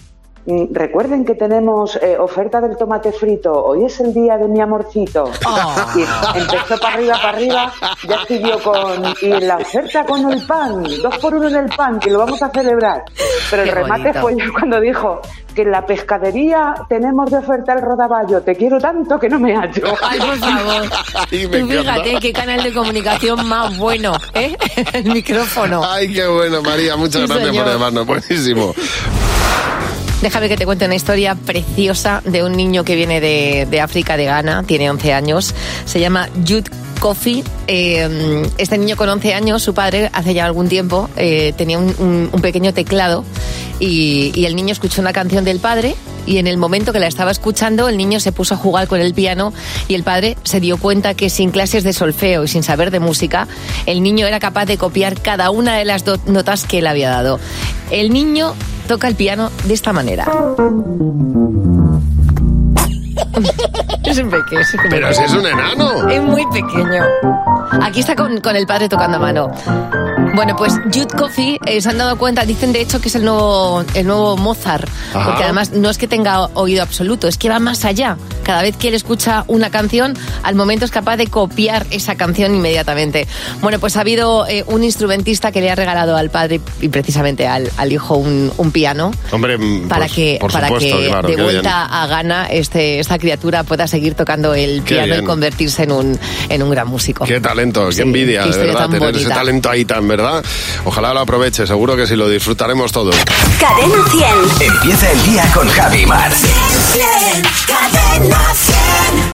Speaker 16: "Mm, recuerden que tenemos eh, oferta del tomate frito, hoy es el día de mi amorcito. Y
Speaker 4: Ah.
Speaker 16: empezó para arriba, para arriba, ya siguió con y la oferta con el pan, dos por uno en el pan, que lo vamos a celebrar. Pero el
Speaker 17: Qué
Speaker 16: remate
Speaker 17: bonito.
Speaker 16: fue ya cuando dijo que en la pescadería tenemos de oferta el rodaballo, te quiero tanto que no me hallo.
Speaker 4: Ay, por favor.
Speaker 3: Ay, me
Speaker 4: Tú fíjate
Speaker 3: encanta.
Speaker 4: qué canal de comunicación más bueno, ¿eh? El micrófono.
Speaker 3: Ay, qué bueno, María, muchas
Speaker 4: Sí,
Speaker 3: gracias
Speaker 4: señor.
Speaker 3: por llamarnos. Buenísimo.
Speaker 4: Déjame que te cuente una historia preciosa de un niño que viene de, de África, de Ghana, tiene 11 años, se llama Jude Coffee. Eh, este niño con 11 años, su padre hace ya algún tiempo eh, tenía un, un- un pequeño teclado y, y el niño escuchó una canción del padre y en el momento que la estaba escuchando el niño se puso a jugar con el piano y el padre se dio cuenta que sin clases de solfeo y sin saber de música el niño era capaz de copiar cada una de las do- notas que él había dado. El niño toca el piano de esta manera. es un pequeño. Es un
Speaker 3: Pero
Speaker 4: pequeño.
Speaker 3: si es un enano.
Speaker 4: Es muy pequeño. Aquí está con, con el padre tocando a mano. Bueno, pues Jude Coffee eh, se han dado cuenta, dicen de hecho que es el nuevo, el nuevo Mozart,
Speaker 12: Ajá.
Speaker 4: porque además no es que tenga oído absoluto, es que va más allá. Cada vez que él escucha una canción, al momento es capaz de copiar esa canción inmediatamente. Bueno, pues ha habido eh, un instrumentista que le ha regalado al padre y precisamente al, al hijo un, un piano
Speaker 3: Hombre, mm,
Speaker 4: para
Speaker 3: pues,
Speaker 4: que,
Speaker 3: por
Speaker 4: para
Speaker 3: supuesto,
Speaker 4: que
Speaker 3: claro,
Speaker 4: de
Speaker 3: qué
Speaker 4: vuelta
Speaker 3: bien.
Speaker 4: a Ghana este, esta criatura pueda seguir tocando el
Speaker 3: Qué
Speaker 4: piano
Speaker 3: bien.
Speaker 4: y convertirse en un, en un gran músico.
Speaker 3: Qué talento, qué
Speaker 4: Oh,
Speaker 3: envidia,
Speaker 4: qué
Speaker 3: de
Speaker 4: historia
Speaker 3: verdad,
Speaker 4: tan
Speaker 3: tener ese
Speaker 4: bonita.
Speaker 3: talento ahí tan, ¿verdad? Ojalá lo aproveche, seguro que sí, lo disfrutaremos todos.
Speaker 1: Cadena 100.
Speaker 2: Empieza el día con Javi Mar.
Speaker 1: Cadena 100.